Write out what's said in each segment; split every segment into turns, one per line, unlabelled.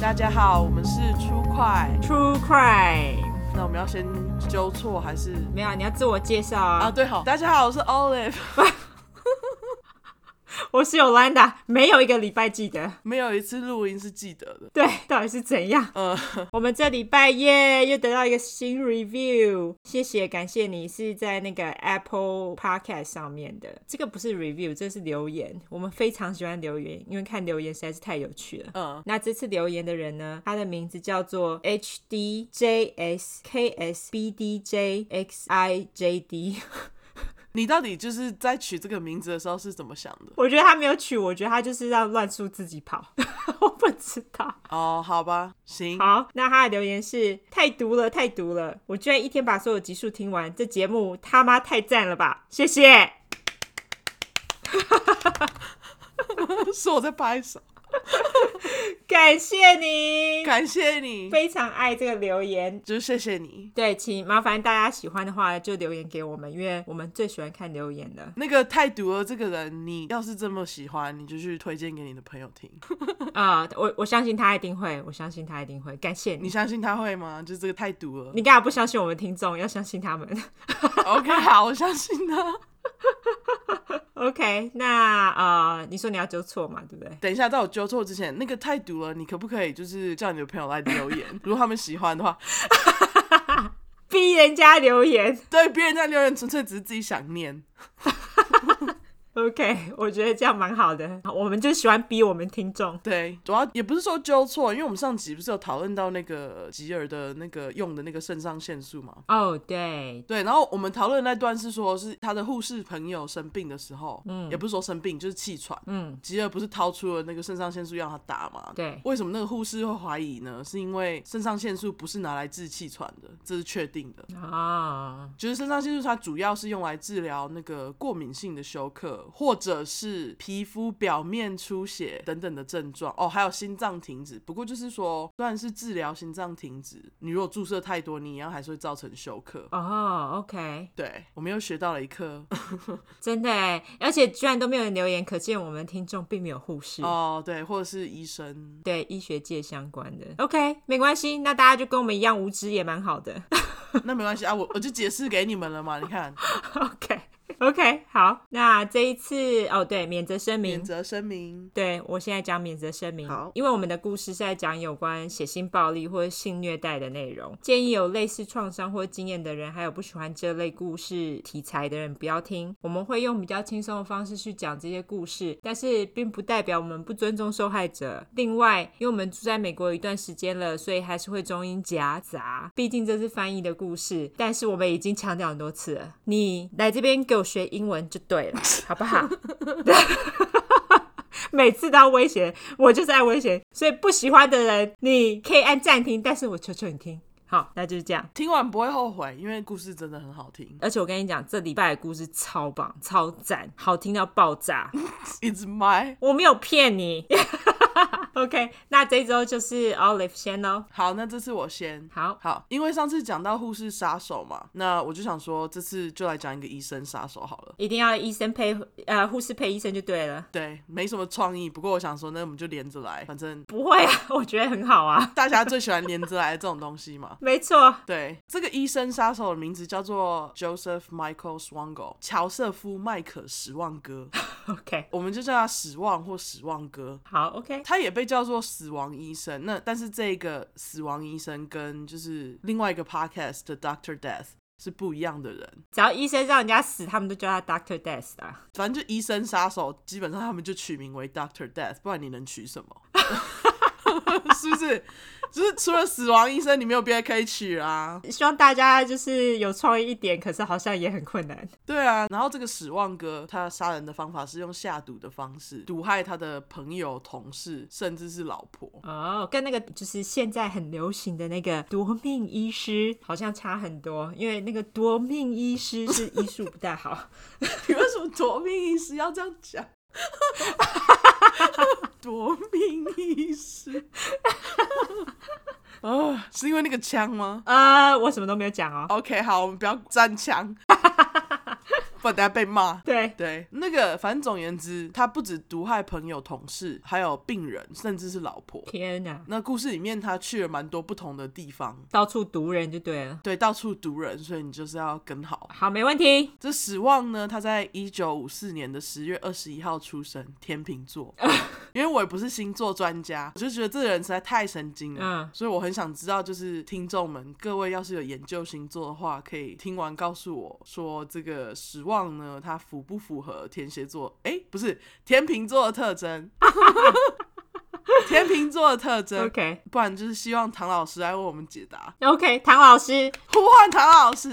大家好，我们是出快。
True Crime。
那我们要先纠错还是？
没有，你要自我介绍啊
啊，对，好，大家好，我是 Olive。
我是 Yolanda，没有一个礼拜记得。
没有一次录音是记得的。
对，到底是怎样？
嗯，
我们这礼拜耶又得到一个新 review，谢谢，感谢你是在那个 Apple Podcast 上面的。这个不是 review，这是留言。我们非常喜欢留言，因为看留言实在是太有趣了。
嗯，
那这次留言的人呢，他的名字叫做 H D J S K S B D J X I J D。
你到底就是在取这个名字的时候是怎么想的？
我觉得他没有取，我觉得他就是让乱数自己跑， 我不知道。
哦，好吧，行，
好，那他的留言是太毒了，太毒了！我居然一天把所有集数听完，这节目他妈太赞了吧！谢谢。
是我在拍 手，
感谢你，
感谢 你，
非常爱这个留言。
就是谢谢你。。
对，请麻烦大家喜欢的话就留言给我们，因为我们最喜欢看留言了
那个太毒了，这个人，你要是这么喜欢，你就去推荐给你的朋友 听。
啊、我我相信他一定会，我相信他一定会。感谢
你
你，
相信他会吗？就这个太毒 了。
你干嘛不相信我们听众？要相信他们。
OK，好，我相信他。
OK，那呃，你说你要纠错嘛，对不对？
等一下，在我纠错之前，那个太毒了，你可不可以就是叫你的朋友来留言？ 如果他们喜欢的话，
逼人家留言。
对别人在留言，纯粹只是自己想念。
OK，我觉得这样蛮好的。我们就喜欢逼我们听众。
对，主要也不是说纠错，因为我们上集不是有讨论到那个呃吉尔的那个用的那个肾上腺素嘛？
哦、对，
对，然后我们讨论的那段是说，是他的护士朋友生病的时候，嗯，也不是说生病，就是气喘，
嗯，
吉尔不是掏出了那个肾上腺素让他打吗？
对
为什么那个护士会怀疑呢？是因为肾上腺素不是拿来治气喘的，这是确定的。
啊、
就是肾上腺素，它主要是用来治疗那个过敏性的休克，或者是皮肤表面出血等等的症状哦，还有心脏停止。不过就是说，虽然是治疗心脏停止，你如果注射太多，你一样还是会造成休克。
哦、o k
对，我们又学到了一课
真的耶，而且居然都没有人留言，可见我们听众并没有护士。
哦，对，或者是医生，
对医学界相关的，OK，没关系，那大家就跟我们一样无知也蛮好的
那没关系啊，我我就解释给你们了嘛，你看，
，OK OK，好，那这一次哦，对，免责声明
免，责声明。
对我现在讲免责声明，
嗯好
因为我们的故事是在讲有关血腥暴力或者性虐待的内容，建议有类似创伤或经验的人，还有不喜欢这类故事题材的人不要听。我们会用比较轻松的方式去讲这些故事，但是并不代表我们不尊重受害者。另外，因为我们住在美国有一段时间了，所以还是会中英夹杂，毕竟这是翻译的故事。但是我们已经强调很多次了，你来这边给我学英文就对了，好不好？ 每次都要威胁，我就是爱威胁，所以不喜欢的人你可以按暂停，但是我求求你听，好，那就是这样。
听完不会后悔，因为故事真的很好听，
而且我跟你讲，这礼拜的故事超棒、超赞，好听到爆炸，
It's my
我没有骗你。OK，那这一周就是 Olive 先喽。
好，那这次我先。
好，
好，因为上次讲到护士杀手嘛，那我就想说这次就来讲一个医生杀手好了。
一定要医生配呃护士配医生就对了。
对，没什么创意，不过我想说，那我们就连着来，反正
不会啊， 我觉得很好啊。
大家最喜欢连着来的这种东西嘛。
没错，
对，这个医生杀手的名字叫做 Joseph Michael Swango，乔瑟夫·麦可史旺哥，
OK，
我们就叫他史旺或史旺哥。
好，OK，
他也被叫做死亡医生。那但是这个死亡医生跟就是另外一个 podcast 的 Doctor Death 是不一样的人。
只要医生让人家死，他们都叫他 Doctor Death 啊。
反正就医生杀手，基本上他们就取名为 Doctor Death，不然你能取什么？ 是不是？就是除了死亡医生，你没有别的可以取啊。
希望大家就是有创意一点，可是好像也很困难。
对啊，然后这个史旺哥他杀人的方法是用下毒的方式毒害他的朋友、同事，甚至是老婆。
哦，跟那个就是现在很流行的那个夺命医师好像差很多，因为那个夺命医师是医术不太好。
你为什么夺命医师要这样讲？ 夺命医师啊，是因为那个枪吗？
啊呃，我什么都没有讲哦。
OK，好，我们不要站枪。不然等下被骂。
对，
对，那个反正总言之，他不止毒害朋友、同事，还有病人，甚至是老婆。
天哪，
那故事里面他去了蛮多不同的地方，
到处毒人就对了。
对，到处毒人，所以你就是要跟好。
好，没问题。
这史旺呢，他在一九五四年的十月二十一号出生，天秤座。 因为我也不是星座专家，我就觉得这个人实在太神经了，
嗯
所以我很想知道，就是听众们各位要是有研究星座的话，可以听完告诉我说这个史旺呢，他符不符合天蝎座？哎，不是天秤座的特 征，天秤座的特征。
OK
不然就是希望唐老师来为我们解答，
OK，唐老师
呼唤唐老师。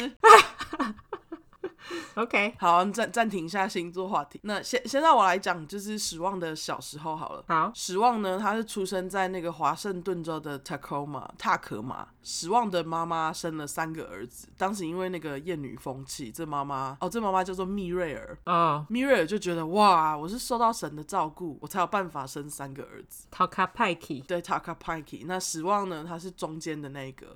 OK，
好，暂暂停一下星座话题。那先先让我来讲，就是史旺的小时候好了。
好，
史旺呢，他是出生在那个华盛顿州的 Tacoma 塔可马。史旺的妈妈生了三个儿子，当时因为那个厌女风气，这妈妈哦，这妈妈叫做密瑞尔。
哦，
密瑞尔就觉得哇，我是受到神的照顾，我才有办法生三个儿子。
陶卡派克
对 t a k a p a k i 那史旺呢，他是中间的那一个。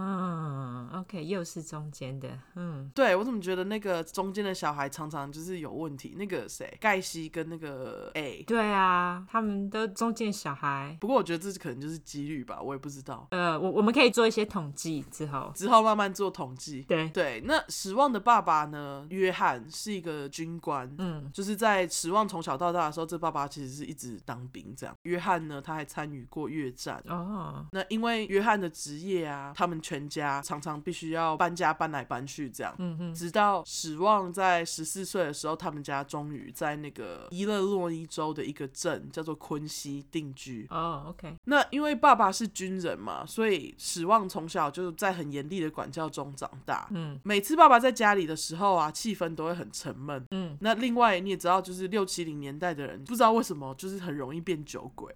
啊，OK，又是中间的，嗯，
对我怎么觉得那个中间的小孩常常就是有问题？那个谁，盖西跟那个 A，
对啊，他们都中间小孩。
不过我觉得这可能就是几率吧，我也不知道。
呃，我我们可以做一些统计之后，
之后慢慢做统计。
对，
对，那史旺的爸爸呢？约翰是一个军官，
嗯，
就是在史旺从小到大的时候，这爸爸其实是一直当兵这样。约翰呢，他还参与过越战。
哦，
那因为约翰的职业啊，他们全家常常必须要搬家搬来搬去这样。
嗯哼，
直到史旺在十四岁的时候，他们家终于在那个伊勒诺伊州的一个镇叫做昆西定居。
哦，OK，
那因为爸爸是军人嘛，所以史旺从小就是在很严厉的管教中长大。
嗯
每次爸爸在家里的时候啊，气氛都会很沉闷。
嗯，
那另外你也知道，就是六七零年代的人，不知道为什么就是很容易变酒鬼。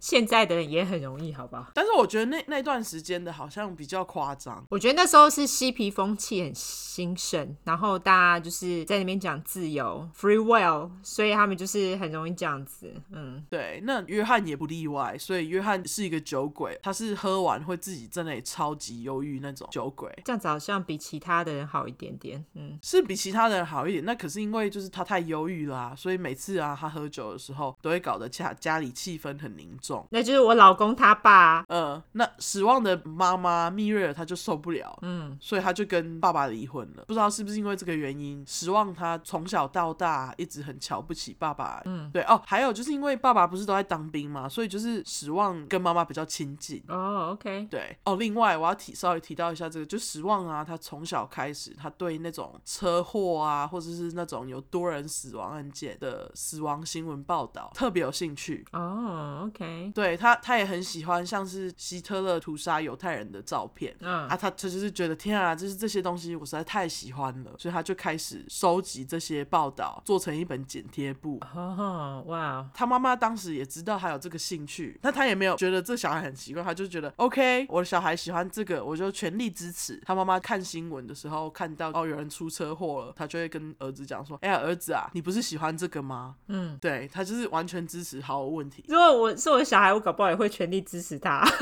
现在的人也很容易，好不好？
但是我觉得那那段时间的好像比较夸张。
我觉得那时候是嬉皮风气很兴盛，然后大家就是在那边讲自由 （free will），所以他们就是很容易这样子。嗯，
对，那约翰也不例外，所以约翰是一个酒鬼，他是喝完会自己在那里超级忧郁那种酒鬼。
这样子好像比其他的人好一点点。嗯，
是比其他人好一点，那可是因为就是他太忧郁啦、所以每次啊他喝酒的时候都会搞得家家里气氛很凝重。
那就是我老公他爸。
呃，那史旺的妈妈密瑞尔她就受不了，
嗯，
所以她就跟爸爸离婚了。不知道是不是因为这个原因，史旺他从小到大一直很瞧不起爸爸。嗯，对哦，还有就是因为爸爸不是都在当兵嘛，所以就是史旺跟妈妈比较亲近。
哦，OK，
对哦，另外我要提稍微提到一下这个，就史旺啊，他从小开始，他对那种车祸啊，或者是那种有多人死亡案件的死亡新闻报道特别有兴趣。
哦，OK，
对他，他也很喜欢像是希特勒屠杀犹太人的照片。
嗯
啊，他他就是觉得天啊，就是这些东西我实在太喜欢了，所以他就开始收集这些报道，做成一本剪贴簿。
哦，哇哦，
他妈妈当时也知道他有这个兴趣，那他也没有觉得这小孩很奇怪，他就觉得 OK，我的小孩喜欢这个，我就全力支持。他妈妈看新闻的时候看到哦有人出车祸了，他就会跟儿子讲说：“哎、呀，儿子啊，你不是喜欢这个吗？”
嗯，
对他就是完全支持，毫无问题。
如果我是我的小孩，我搞不好也会全力支持他。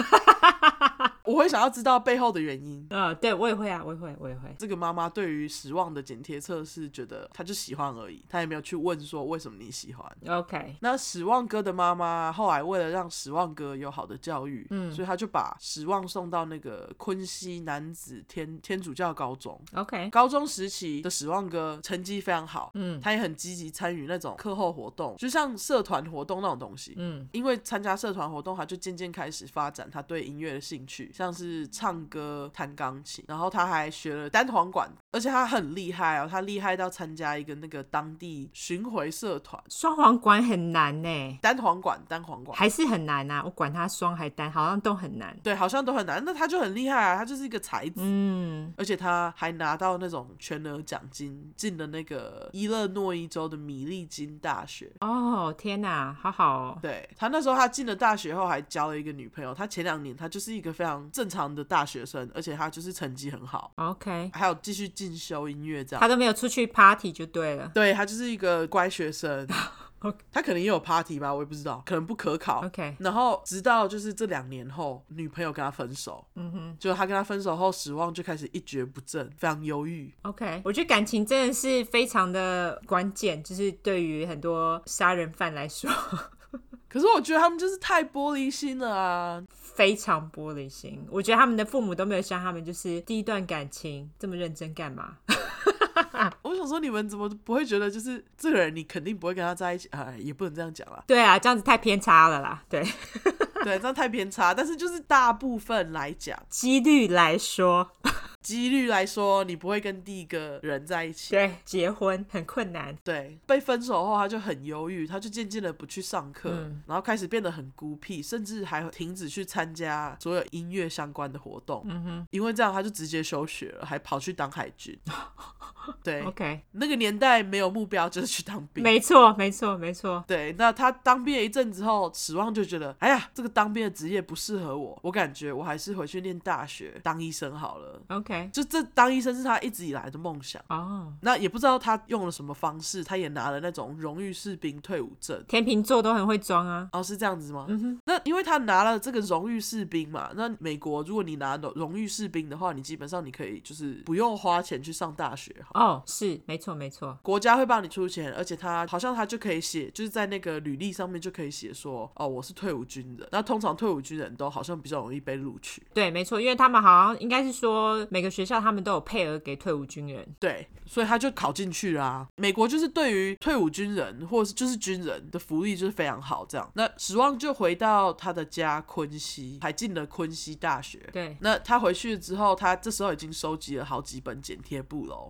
我会想要知道背后的原因。
啊，对我也会啊，我也会，我也会。
这个妈妈对于失望的剪贴册是觉得他就喜欢而已，他也没有去问说为什么你喜欢。
OK，
那史旺哥的妈妈后来为了让史旺哥有好的教育，
嗯
所以他就把史旺送到那个昆西男子天天主教高中。
OK，
高中时期的史旺哥成绩非常好，
嗯
他也很积极参与那种课后活动，就像社团活动那种东西。
嗯
因为参加社团活动，他就渐渐开始发展他对音乐的兴趣，像是唱歌、弹钢琴，然后他还学了单簧管，而且他很厉害哦，他厉害到参加一个那个当地巡回社团。
双簧管很难欸呢，
单簧管，单簧管，
还是很难啊。我管它双还单，好像都很难。
对，好像都很难。那他就很厉害啊，他就是一个才子，
嗯，
而且他还拿到那种全额奖金，进了那个伊勒诺伊州的米利金大学。
哦，天哪，好好哦。
对他那时候，他进了大学后还交了一个女朋友。他前两年他就是一个非常正常的大学生，而且他就是成绩很好，
哦 OK，
还有继续进修音乐这样
他。都没有出去 party 就对了。
对他就是一个乖学生。他可能也有 party 吧，我也不知道，可能不可考。
OK
然后直到就是这两年后，女朋友跟他分手，嗯哼，就他跟他分手后，史旺就开始一蹶不振，非常忧郁。
OK，我觉得感情真的是非常的关键，就是对于很多杀人犯来说，
可是我觉得他们就是太玻璃心了啊！
非常玻璃心。我觉得他们的父母都没有像他们，就是第一段感情这么认真干嘛？ ，
我想说，你们怎么不会觉得就是这个人你肯定不会跟他在一起？哎，也不能这样讲啦
对啊，这样子太偏差了啦。对，
对，这样太偏差。但是就是大部分来讲，
几率来说，
几率来说，你不会跟第一个人在一起。
对，结婚很困难。
对，被分手后，他就很忧郁，他就渐渐的不去上课，然后开始变得很孤僻，甚至还停止去参加所有音乐相关的活动。嗯哼，因为这样他就直接休学了，还跑去当海 军。对，
OK，
那个年代没有目标，就是去当兵。
没错，没错，没错。
对，那他当兵了一阵之后，史旺就觉得，哎呀，这个当兵的职业不适合我，我感觉我还是回去念大学当医生好了。
OK，
就这当医生是他一直以来的梦想。
哦，
那也不知道他用了什么方式，他也拿了那种荣誉士兵退伍证。
天秤座都很会装啊。
哦，是这样子吗？那因为他拿了这个荣誉士兵嘛，那美国如果你拿荣荣誉士兵的话，你基本上你可以就是不用花钱去上大学，好
哦，是，没错，没错。
国家会帮你出钱，而且他好像他就可以写，就是在那个履历上面就可以写说，哦，我是退伍军人。那通常退伍军人都好像比较容易被录取，
对，没错，因为他们好像应该是说每个学校他们都有配额给退伍军人。
对，所以他就考进去啦、美国就是对于退伍军人或者是就是军人的福利就是非常好，这样。那史旺就回到他的家昆西，还进了昆西大学。
对
那他回去之后，他这时候已经收集了好几本剪贴簿喽，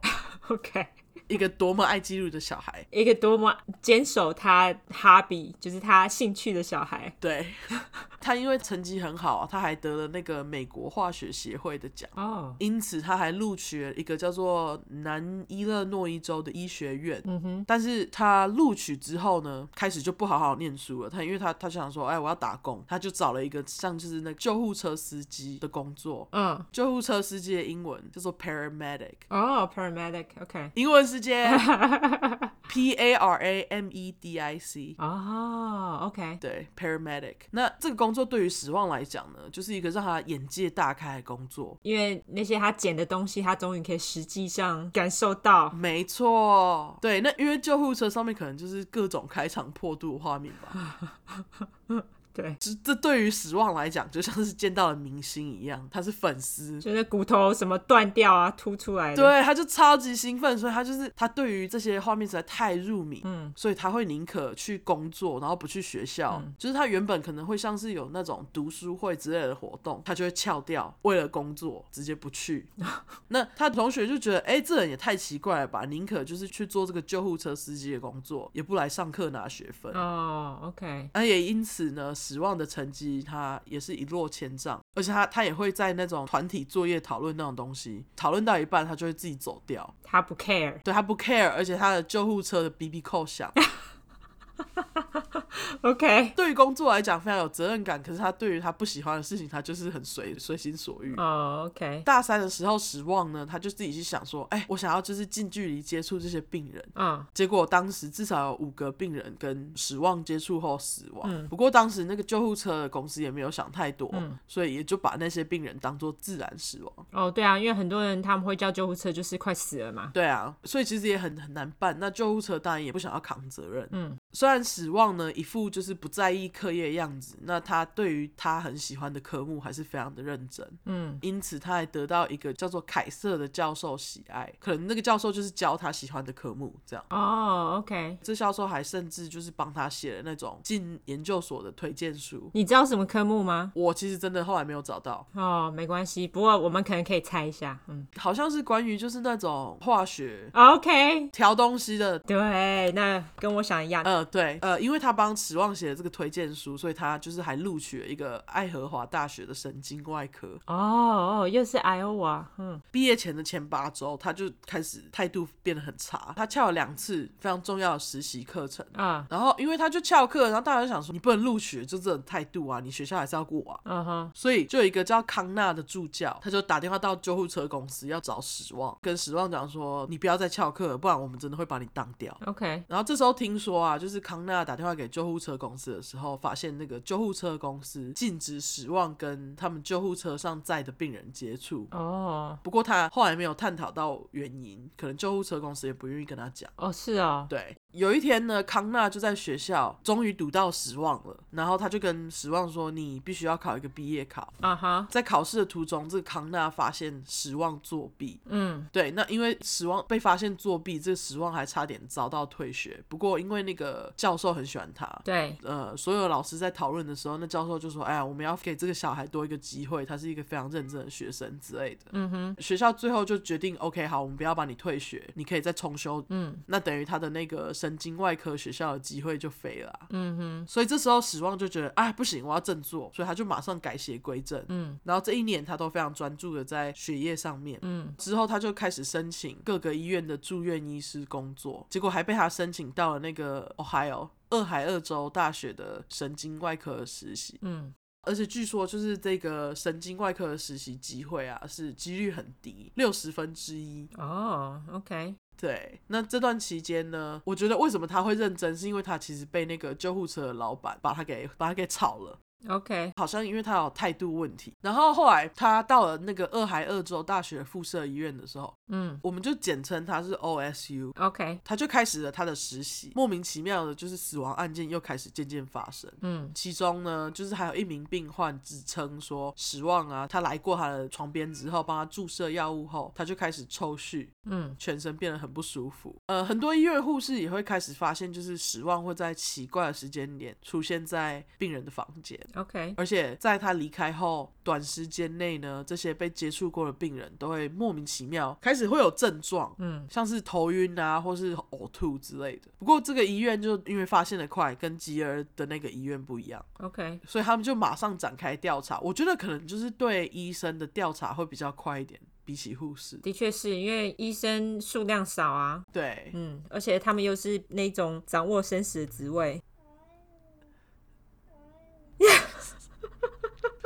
，OK，
一个多么爱记录的小孩。
一个多么坚守他哈比，就是他兴趣的小孩。
对 他，因为成绩很好，啊他还得了那个美国化学协会的奖。
哦，
因此他还录取了一个叫做南伊勒诺伊州的医学院。嗯哼，但是他录取之后呢，开始就不好好念书了。他因为他他就想说，哎，我要打工，他就找了一个像就是那个救护车司机的工作。
嗯，
救护车司机的英文叫做 paramedic，
哦，paramedic，OK，、
英文世 界 P A R A M E D I C。
哦，OK，
对，paramedic。那这个工作对于史旺来讲呢，就是一个让他眼界大开的工作。
因为那些他捡的东西，他终于可以实际上感受到。
没错，对，那因为救护车上面可能就是各种开肠破肚的画面吧，
对，
这这对于史旺来讲，就像是见到了明星一样，他是粉丝，
就是骨头什么断掉啊，凸出来的。，
对，他就超级兴奋，所以他就是他对于这些画面实在太入迷，嗯，所以他会宁可去工作，然后不去学校，就是他原本可能会像是有那种读书会之类的活动，他就会翘掉，为了工作直接不去。那他同学就觉得，哎、这人也太奇怪了吧，宁可就是去做这个救护车司机的工作，也不来上课拿学分。
哦，OK，
那也因此呢，史旺的成绩他也是一落千丈，而且他他也会在那种团体作业讨论那种东西，讨论到一半他就会自己走掉，
他不 care。
对他不 care，而且他的救护车的 BB 扣响。
OK，
对于工作来讲非常有责任感，可是他对于他不喜欢的事情，他就是很随随心所欲。
哦，OK，
大三的时候，史旺呢，他就自己去想说，哎、我想要就是近距离接触这些病人，
嗯，
结果当时至少有五个病人跟史旺接触后死亡。不过当时那个救护车的公司也没有想太多，所以也就把那些病人当做自然死亡。
哦，对啊，因为很多人他们会叫救护车，就是快死了嘛。
对啊，所以其实也很很难办。那救护车当然也不想要扛责任。嗯，虽然史旺呢一副就是不在意课业的样子，那他对于他很喜欢的科目还是非常的认真。
嗯，
因此他还得到一个叫做凯瑟的教授喜爱，可能那个教授就是教他喜欢的科目这样。
哦，OK，
这教授还甚至就是帮他写了那种进研究所的推荐书。
你知道什么科目吗？
我其实真的后来没有找到，
哦，没关系，不过我们可能可以猜一下。嗯
好像是关于就是那种化学
，OK，
调东西的。
对，那跟我想一样。
呃，对，呃，因为他帮帮史旺写了这个推荐书，所以他就是还录取了一个爱荷华大学的神经外科。
哦哦，又是 Iowa，嗯，
毕业前的前八周，他就开始态度变得很差，他翘了两次非常重要的实习课程。
啊，
然后因为他就翘课，然后大家就想说你不能录取，就这种态度啊，你学校还是要过啊。
嗯哼，
所以就有一个叫康纳的助教，他就打电话到救护车公司要找史旺，跟史旺讲说你不要再翘课了，不然我们真的会把你当掉。
OK，
然后这时候听说啊，就是康纳打电话给救护车公司的时候，发现那个救护车公司禁止史旺跟他们救护车上载的病人接触。
哦
不过他后来没有探讨到原因，可能救护车公司也不愿意跟他讲。
哦，是哦，
对，有一天呢，康纳就在学校终于读到史旺了，然后他就跟史旺说：“你必须要考一个毕业考。”
啊哈，
在考试的途中，这个康纳发现史旺作弊。
嗯，
对，那因为史旺被发现作弊，这个史旺还差点遭到退学。不过因为那个教授很喜欢他，
对，
呃，所有老师在讨论的时候，那教授就说：“哎呀，我们要给这个小孩多一个机会，他是一个非常认真的学生之类的。”
嗯哼，
学校最后就决定，OK，好，我们不要把你退学，你可以再重修。
嗯
那等于他的那个神经外科学校的机会就飞了啊、
嗯哼，
所以这时候史旺就觉得，哎，不行，我要振作，所以他就马上改邪归正。
嗯
然后这一年他都非常专注的在学业上面。
嗯，
之后他就开始申请各个医院的住院医师工作，结果还被他申请到了那个 Ohio 俄亥俄州大学的神经外科实习。
嗯
而且据说就是这个神经外科的实习机会啊，是几率很低，六十分之一。
哦，OK，
对，那这段期间呢，我觉得为什么他会认真，是因为他其实被那个救护车的老板把他给把他给炒了。
OK，
好像因为他有态度问题，然后后来他到了那个俄亥俄州大学附设医院的时候，
嗯
我们就简称他是 OSU，
，OK，
他就开始了他的实习。莫名其妙的，就是死亡案件又开始渐渐发生。
嗯
其中呢，就是还有一名病患指称说，史旺啊，他来过他的床边之后，帮他注射药物后，他就开始抽搐，
嗯
全身变得很不舒服。呃，很多医院护士也会开始发现，就是史旺会在奇怪的时间点出现在病人的房间。
，OK，
而且在他离开后，短时间内呢，这些被接触过的病人都会莫名其妙开始会有症状，
嗯
像是头晕啊，或是呕吐之类的。不过这个医院就因为发现的快，跟吉尔的那个医院不一样，
，OK，
所以他们就马上展开调查。我觉得可能就是对医生的调查会比较快一点，比起护士。
的确是因为医生数量少啊，
对，
嗯，而且他们又是那种掌握生死的职位，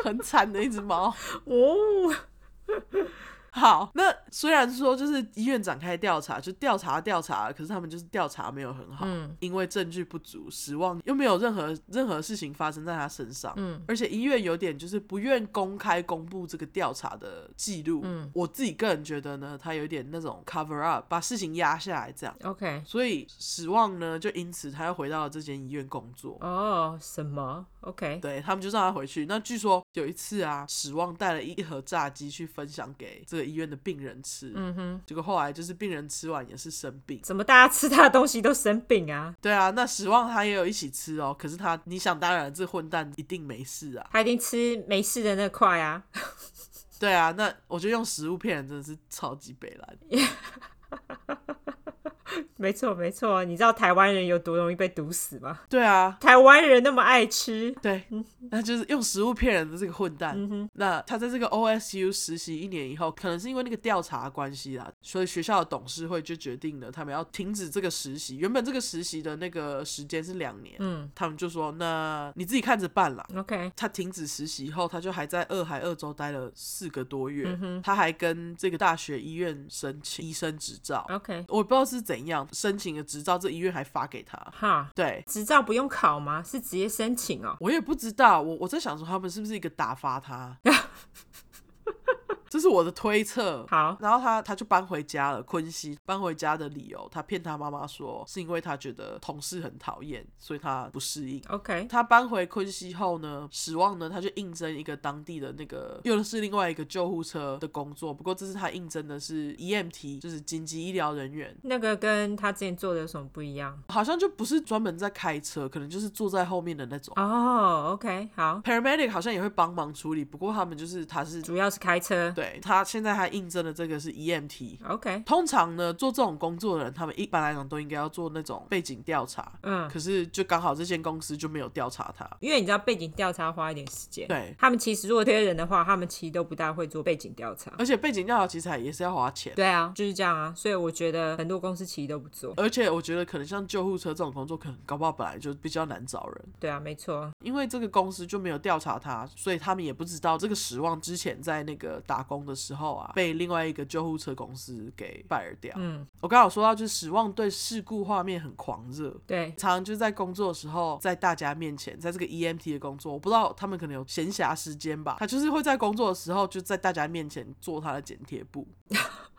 很惨的一只猫。
哦，
好，那虽然说就是医院展开调查，就调查调查，可是他们就是调查没有很好，
嗯
因为证据不足，失望又没有任何任何事情发生在他身上，
嗯
而且医院有点就是不愿公开公布这个调查的记录，
嗯，
我自己个人觉得呢，他有点那种 cover up，把事情压下来这样。
，OK，
所以史旺呢，就因此他又回到了这间医院工作。
哦，什么？OK，
对他们就让他回去。那据说有一次啊，史旺带了一盒炸鸡去分享给这个医院的病人吃，
嗯哼，
结果后来就是病人吃完也是生病。
怎么大家吃他的东西都生病啊？
对啊，那史旺他也有一起吃哦，可是他你想当然，这混蛋一定没事啊。
他一定吃没事的那块啊。
对啊，那我觉得用食物骗人真的是超级北蓝。
没错，没错，你知道台湾人有多容易被毒死吗？
对啊，
台湾人那么爱吃，
对，那就是用食物骗人的这个混蛋。那他在这个 OSU 实习一年以后，可能是因为那个调查关系啦，所以学校的董事会就决定了，他们要停止这个实习。原本这个实习的那个时间是两年，
嗯
他们就说那你自己看着办啦。
，OK，
他停止实习后，他就还在俄亥俄州待了四个多月，
嗯哼
他还跟这个大学医院申请医生执照。
，OK，
我不知道是怎样申请的执照，这医院还发给他。
哈，
对
执照不用考吗？是直接申请哦。
我也不知道，我我在想说他们是不是一个打发 他，这是我的推测。
好，
然后他他就搬回家了，昆西搬回家的理由，他骗他妈妈说是因为他觉得同事很讨厌，所以他不适应。
，OK，
他搬回昆西后呢，史旺呢，他就应征一个当地的那个，又是另外一个救护车的工作。不过这次他应征的是 EMT，就是紧急医疗人员，
那个跟他之前做的有什么不一样？
好像就不是专门在开车，可能就是坐在后面的那种。
哦，OK，好，
Paramedic 好像也会帮忙处理，不过他们就是他是
主要是开车，
对他现在还应征的这个是 EMT。
OK，
通常呢，做这种工作的人，他们一般来讲都应该要做那种背景调查，
嗯，
可是就刚好这间公司就没有调查他。
因为你知道背景调查花一点时间，
对，
他们其实如果推人的话，他们其实都不大会做背景调查。
而且背景调查其实还也是要花钱。
对啊，就是这样啊，所以我觉得很多公司其实都不做。
而且我觉得可能像救护车这种工作，可能搞不好本来就比较难找人，
对啊，没错，
因为这个公司就没有调查他，所以他们也不知道这个史旺之前在那个打工的时候啊，被另外一个救护车公司给 fire 掉。
嗯，
我刚好说到，就是史旺对事故画面很狂热。
对，
常常就在工作的时候，在大家面前，在这个 EMT 的工作，我不知道他们可能有闲暇时间吧，他就是会在工作的时候就在大家面前做他的剪贴布，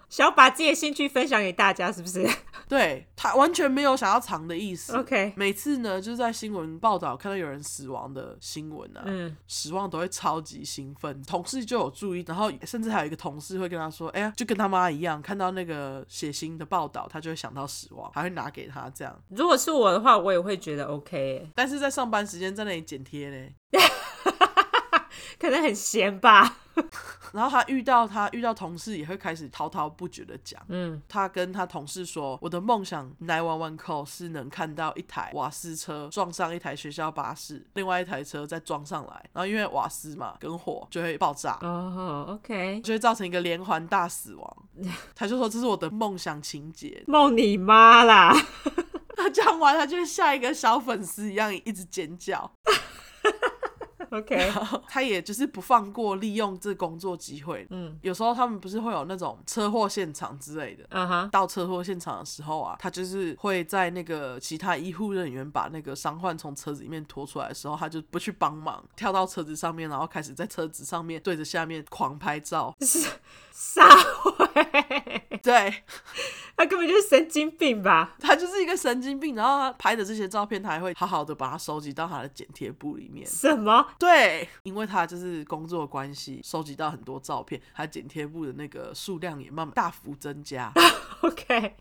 想要把自己的兴趣分享给大家，是不是
对他完全没有想要藏的意思。
？OK，
每次呢，就是在新闻报道看到有人死亡的新闻啊，
嗯，
死亡都会超级兴奋，同事就有注意，然后甚至还有一个同事会跟他说：“哎、呀，就跟他妈一样，看到那个血腥的报道，他就会想到死亡，还会拿给他这样。
如果是我的话，我也会觉得 OK，耶”
但是在上班时间在那里剪贴呢，
可能很闲吧。
然后他遇到他遇到同事也会开始滔滔不绝的讲。
嗯，
他跟他同事说：“我的梦想 nine one one call 是能看到一台瓦斯车撞上一台学校巴士，另外一台车再撞上来，然后因为瓦斯嘛跟火就会爆炸，
哦，OK，
就会造成一个连环大死 亡。”他就说：“这是我的梦想情节。
梦你妈啦！”
他讲完，他就像一个小粉丝一样一直尖叫。
OK，
他也就是不放过利用这工作机会。
嗯，
有时候他们不是会有那种车祸现场之类的，
嗯哼，
到车祸现场的时候啊，他就是会在那个其他医护人员把那个伤患从车子里面拖出来的时候，他就不去帮忙，跳到车子上面，然后开始在车子上面对着下面狂拍照。
撒回，
对
他根本就是神经病吧？
他就是一个神经病，然后他拍的这些照片，他还会好好的把它收集到他的剪贴簿里面。
什么？
对，因为他就是工作关系，收集到很多照片，他剪贴簿的那个数量也慢慢大幅增加。
OK，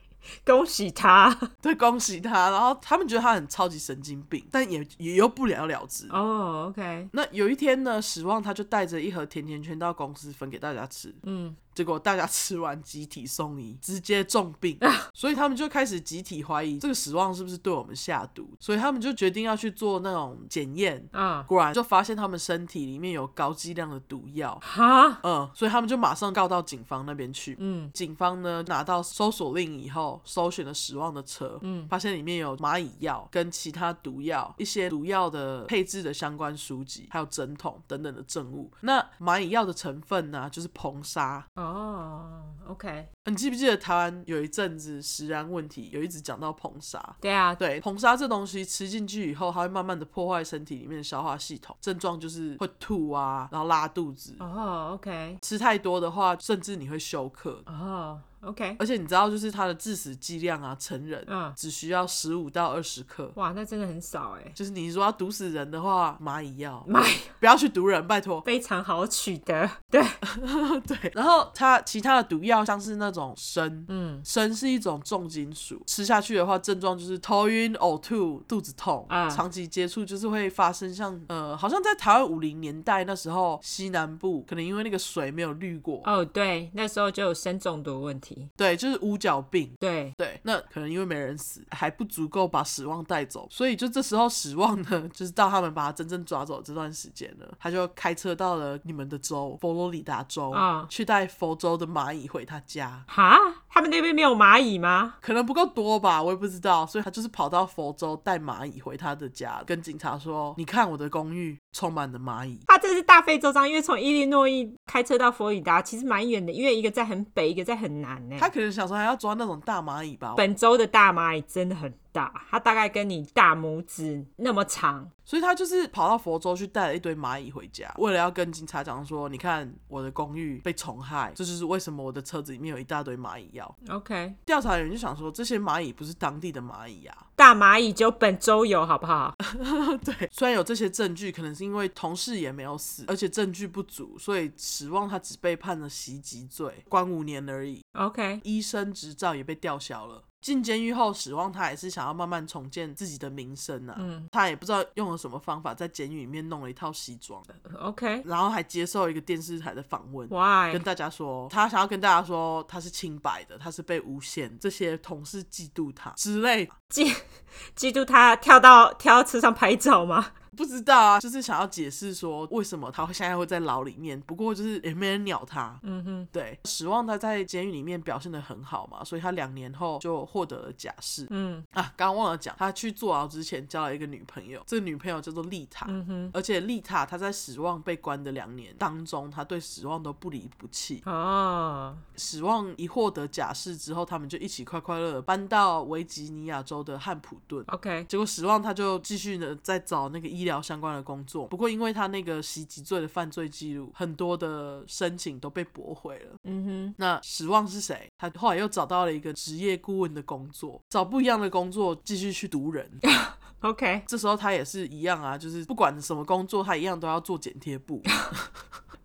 恭喜他
对，恭喜他。然后他们觉得他很超级神经病，但也也又不了了之。
哦。OK，
那有一天呢，史旺他就带着一盒甜甜圈到公司分给大家吃，
嗯，
结果大家吃完集体送医，直接重病，所以他们就开始集体怀疑这个史旺是不是对我们下毒，所以他们就决定要去做那种检验。
啊，
果然就发现他们身体里面有高剂量的毒药，
哈，
嗯，所以他们就马上告到警方那边去。
嗯，
警方呢拿到搜索令以后，搜寻了史旺的车，
嗯
发现里面有蚂蚁药跟其他毒药、一些毒药的配置的相关书籍，还有针筒等等的证物。那蚂蚁药的成分呢，就是硼砂。
哦，OK，
你记不记得台湾有一阵子食安问题，有一直讲到硼砂？
对啊，
对，硼砂这东西吃进去以后，它会慢慢的破坏身体里面的消化系统，症状就是会吐啊，然后拉肚子。
哦，OK，
吃太多的话，甚至你会休克。
哦，OK，
而且你知道，就是它的致死剂量啊，成人
嗯
只需要十五到二十克。
哇，那真的很少哎，
就是你说要毒死人的话，蚂蚁 药
妈呀，
不要去毒人，拜托。
非常好取得，对，
对，然后它其他的毒药像是那种砷，
嗯，
砷是一种重金属，吃下去的话，症状就是头晕、呕吐、肚子痛，
嗯
长期接触就是会发生像呃，好像在台湾五零年代那时候，西南部可能因为那个水没有滤过，
哦，对，那时候就有砷中毒的问题，
对，就是五角病，
对，
对，那可能因为没人死，还不足够把史旺带走，所以就这时候史旺呢，就是到他们把他真正抓走这段时间呢，他就开车到了你们的州佛罗里达州，
啊
去带佛州的蚂蚁回他家。
哈，他们那边没有蚂蚁吗？
可能不够多吧，我也不知道，所以他就是跑到佛州带蚂蚁回他的家，跟警察说：“你看我的公寓充满了蚂蚁。
他这啊是大费周章，因为从伊利诺伊开车到佛罗里达其实蛮远的，因为一个在很北，一个在很南”欸呢。
他可能想说还要抓那种大蚂蚁吧，
本州的大蚂蚁真的很大，它大概跟你大拇指那么长。
所以他就是跑到佛州去带了一堆蚂蚁回家，为了要跟警察讲说，你看我的公寓被虫害，这就是为什么我的车子里面有一大堆蚂蚁药。
OK，
调查人员就想说，这些蚂蚁不是当地的蚂蚁啊。
大蚂蚁只有本州有，好不好？
对，虽然有这些证据，可能是因为同事也没有死，而且证据不足，所以史旺他只被判了袭击罪，关五年而已，
OK，
医生执照也被吊销了。进监狱后，史旺他还是想要慢慢重建自己的名声啊。
嗯
他也不知道用了什么方法，在监狱里面弄了一套西装，
，OK，Why？、
然后还接受一个电视台的访问。跟
Why？
大家说，他想要跟大家说他是清白的，他是被诬陷，这些同事嫉妒他之类，
嫉嫉妒他跳到跳到车上拍照吗？
不知道啊，就是想要解释说为什么他会现在会在牢里面，不过就是也没人鸟他。
嗯哼，
对，史旺他在监狱里面表现的很好嘛，所以他两年后就获得了假释
嗯
啊。刚刚忘了讲，他去坐牢之前交了一个女朋友，这个女朋友叫做丽塔。
嗯哼，
而且丽塔她在史旺被关的两年当中，她对史旺都不离不弃。
哦，
史旺一获得假释之后，他们就一起快快乐乐搬到维吉尼亚州的汉普顿。
OK，
结果史旺他就继续呢在找那个医疗相关的工作，不过因为他那个袭击罪的犯罪记录，很多的申请都被驳回了。
嗯
那史旺是谁？他后来又找到了一个职业顾问的工作，找不一样的工作继续去读人。
哼，OK，
这时候他也是一样啊，就是不管什么工作，他一样都要做剪贴布。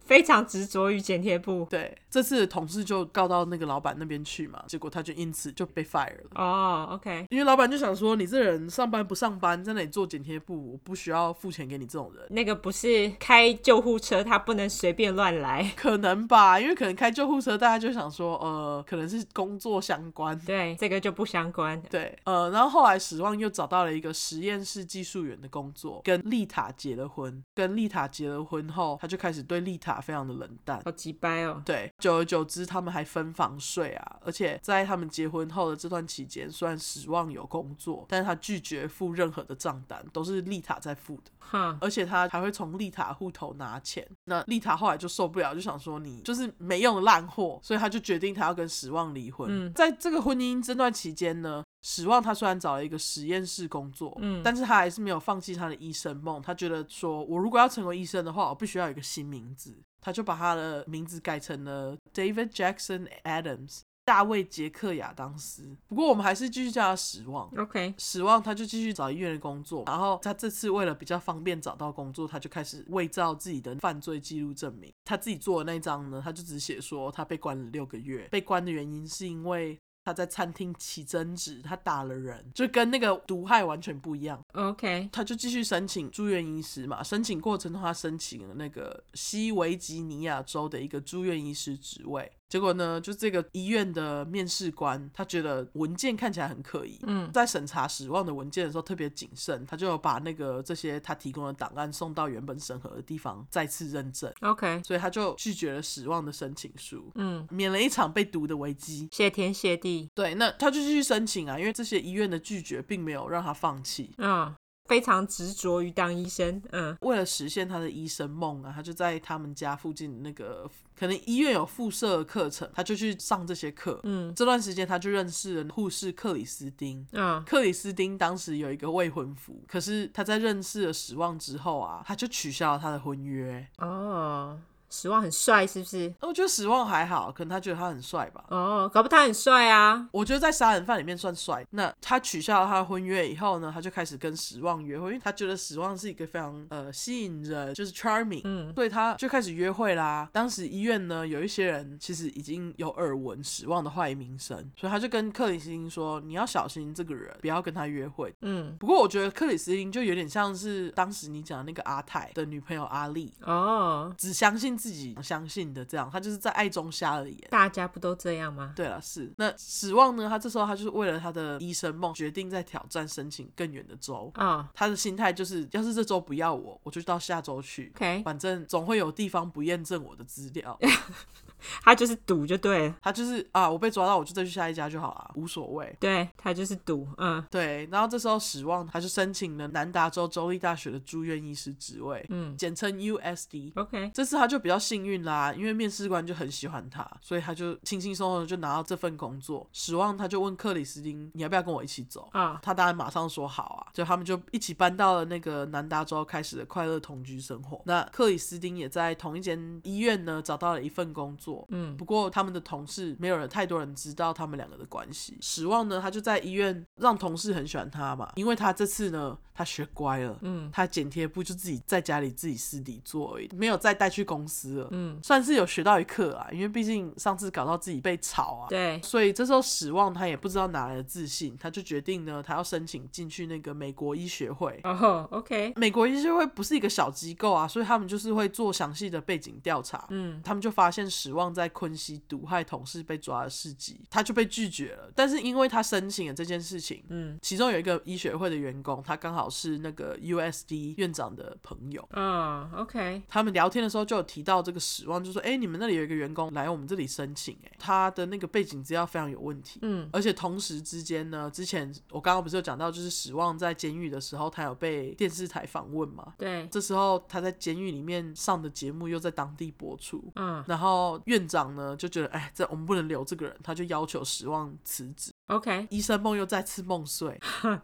非常执着于剪贴布。
对，这次同事就告到那个老板那边去嘛，结果他就因此就被 fire 了。
哦，OK，
因为老板就想说，你这人上班不上班，在那里做剪贴布，我不需要付钱给你这种人，
那个不是开救护车，他不能随便乱来。
可能吧？因为可能开救护车，大家就想说，呃，可能是工作相关。
对，这个就不相关。
对，呃，然后后来史旺又找到了一个实验室技术员的工作，跟丽塔结了婚。跟丽塔结了婚后，他就开始对丽塔非常的冷淡。
好鸡掰哦。
对，久而久之，他们还分房睡啊。而且在他们结婚后的这段期间，虽然史旺有工作，但是他拒绝付任何的账单，都是丽塔在付的。
哈，
而且他还会从丽塔户头拿钱。那丽塔后来就受不了，就想说你就是没用的烂货，所以他就决定他要跟史旺离婚。
嗯
在这个婚姻争端期间呢，史旺他虽然找了一个实验室工作，
嗯
但是他还是没有放弃他的医生梦。他觉得说，我如果要成为医生的话，我必须要有一个新名字。他就把他的名字改成了 David Jackson Adams，大卫杰克亚当斯。不过我们还是继续叫他史旺。
OK，
史旺他就继续找医院的工作，然后他这次为了比较方便找到工作，他就开始伪造自己的犯罪记录证明。他自己做的那张呢，他就只写说他被关了六个月，被关的原因是因为他在餐厅起争执，他打了人，就跟那个毒害完全不一样。
OK，
他就继续申请住院医师嘛，申请过程中他申请了那个西维吉尼亚州的一个住院医师职位。结果呢，就这个医院的面试官，他觉得文件看起来很可疑，
嗯
在审查史旺的文件的时候特别谨慎，他就有把那个这些他提供的档案送到原本审核的地方再次认证，
，OK，
所以他就拒绝了史旺的申请书，
嗯，
免了一场被毒的危机。
谢天谢地，
对，那他就继续申请啊，因为这些医院的拒绝并没有让他放弃。
嗯，非常执着于当医生，嗯
为了实现他的医生梦啊，他就在他们家附近那个可能医院有附设的课程，他就去上这些课。
嗯
这段时间他就认识了护士克里斯汀，
嗯
克里斯汀当时有一个未婚夫，可是他在认识了史旺之后啊，他就取消了他的婚约。
哦，史旺很帅是不是？
那我觉得史旺还好，可能他觉得他很帅吧。
哦，搞不他很帅啊，
我觉得在杀人犯里面算帅。那他取消了他的婚约以后呢，他就开始跟史旺约会，因为他觉得史旺是一个非常呃吸引人，就是 charming，
嗯
所以他就开始约会啦。当时医院呢有一些人其实已经有耳闻史旺的坏名声，所以他就跟克里斯汀说：“你要小心这个人，不要跟他约会。”
嗯，
不过我觉得克里斯汀就有点像是当时你讲的那个阿泰的女朋友阿丽，
哦，
只相信自己相信的这样，她就是在爱中瞎了眼。
大家不都这样吗？
对了，是那史旺呢？他这时候他就是为了他的医生梦，决定在挑战申请更远的州。
哦
他的心态就是，要是这周不要我，我就到下周去，
，OK，
反正总会有地方不验证我的资料。
他就是赌就对了，
他就是啊，我被抓到，我就再去下一家就好了，无所谓。
对他就是赌，嗯
对，然后这时候史旺他就申请了南达州州立大学的住院医师职位，
嗯
简称 USD。
，OK，
这次他就比较幸运啦，因为面试官就很喜欢他，所以他就轻轻松松的就拿到这份工作。史旺他就问克里斯汀：“你要不要跟我一起走？”
啊、
他当然马上说好啊，就他们就一起搬到了那个南达州，开始了快乐同居生活。那克里斯汀也在同一间医院呢找到了一份工作，
嗯
不过他们的同事没有人太多人知道他们两个的关系。史旺呢，他就在医院让同事很喜欢他嘛，因为他这次呢，他学乖了，
嗯
他剪贴布就自己在家里自己私底做而已，没有再带去公司了。
嗯，
算是有学到一课啊，因为毕竟上次搞到自己被炒啊，
对，
所以这时候史旺他也不知道哪来的自信，他就决定呢，他要申请进去那个美国医学会。
哦、吼 o k
美国医学会不是一个小机构啊，所以他们就是会做详细的背景调查。
嗯
他们就发现史旺在昆西毒害同事被抓的事迹，他就被拒绝了。但是因为他申请了这件事情，
嗯
其中有一个医学会的员工，他刚好是那个 USD 院长的朋友。
哦 o k
他们聊天的时候就有提到这个史旺，就说：“哎、你们那里有一个员工来我们这里申请、哎，他的那个背景资料非常有问题。”
嗯
而且同时之间呢，之前我刚刚不是有讲到，就是史旺在监狱的时候，他有被电视台访问嘛。
对，
这时候他在监狱里面上的节目又在当地播出，
嗯
然后院长呢就觉得，哎，这我们不能留这个人，他就要求史旺辞职。
，OK，
医生梦又再次梦碎，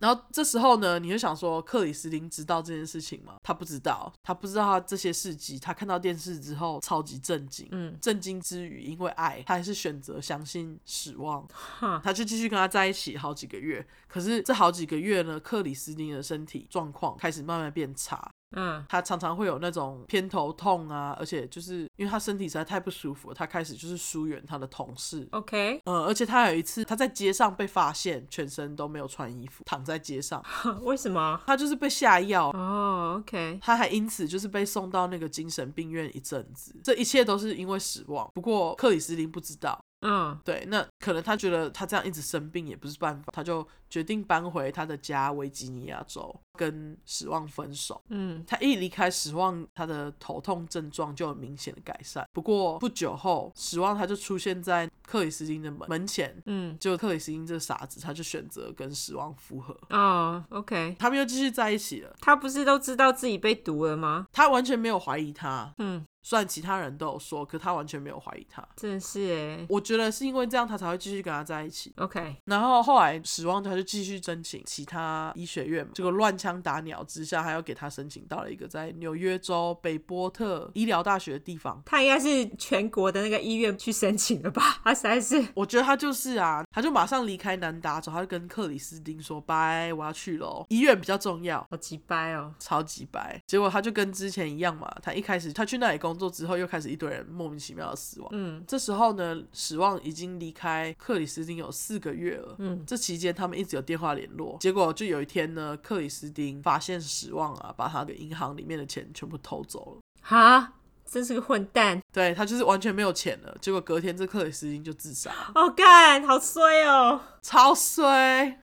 然后这时候呢，你就想说，克里斯汀知道这件事情吗？他不知道，他不知道他这些事迹，他看到电视之后超级震惊。
嗯
震惊之余，因为爱，他还是选择相信史旺，
哈，
他就继续跟他在一起好几个月。可是这好几个月呢，克里斯汀的身体状况开始慢慢变差，
嗯
他常常会有那种偏头痛啊，而且就是因为他身体实在太不舒服了，他开始就是疏远他的同事。
，OK，
呃，而且他有一次他在街上被发现，全身都没有穿衣服，躺在街上，
为什么？
他就是被下药。
哦，OK，
他还因此就是被送到那个精神病院一阵子，这一切都是因为失望。不过克里斯汀不知道，
嗯
对，那可能他觉得他这样一直生病也不是办法，他就决定搬回他的家维吉尼亚州，跟史旺分手。
嗯
他一离开史旺，他的头痛症状就有明显的改善。不过不久后，史旺他就出现在克里斯汀的门门前，
嗯，
就克里斯汀这个傻子，他就选择跟史旺复合，
哦，OK，
他们又继续在一起了。
他不是都知道自己被毒了吗？
他完全没有怀疑他，
嗯，
虽然其他人都有说，可他完全没有怀疑他。
真是诶
我觉得是因为这样，他才会继续跟他在一起。
，OK，
然后后来史旺他就继续申请其他医学院嘛，结果乱枪打鸟之下，还要给他申请到了一个在纽约州北波特医疗大学的地方。
他应该是全国的那个医院去申请的吧？ 他实在是，
我觉得他就是啊，他就马上离开南达州，他就跟克里斯汀说拜，我要去喽，医院比较重要。
好鸡掰哦，
超级白，结果他就跟之前一样嘛。他一开始他去那里工作之后，又开始一堆人莫名其妙的死亡。
嗯
这时候呢，史旺已经离开克里斯汀有四个月了。
嗯
这期间他们一直有电话联络，结果就有一天呢，克里斯汀发现史旺啊，把他的银行里面的钱全部偷走了。
哈，真是个混蛋！
对他就是完全没有钱了，结果隔天这克里斯汀就自杀，
哦，干，好衰哦
超衰。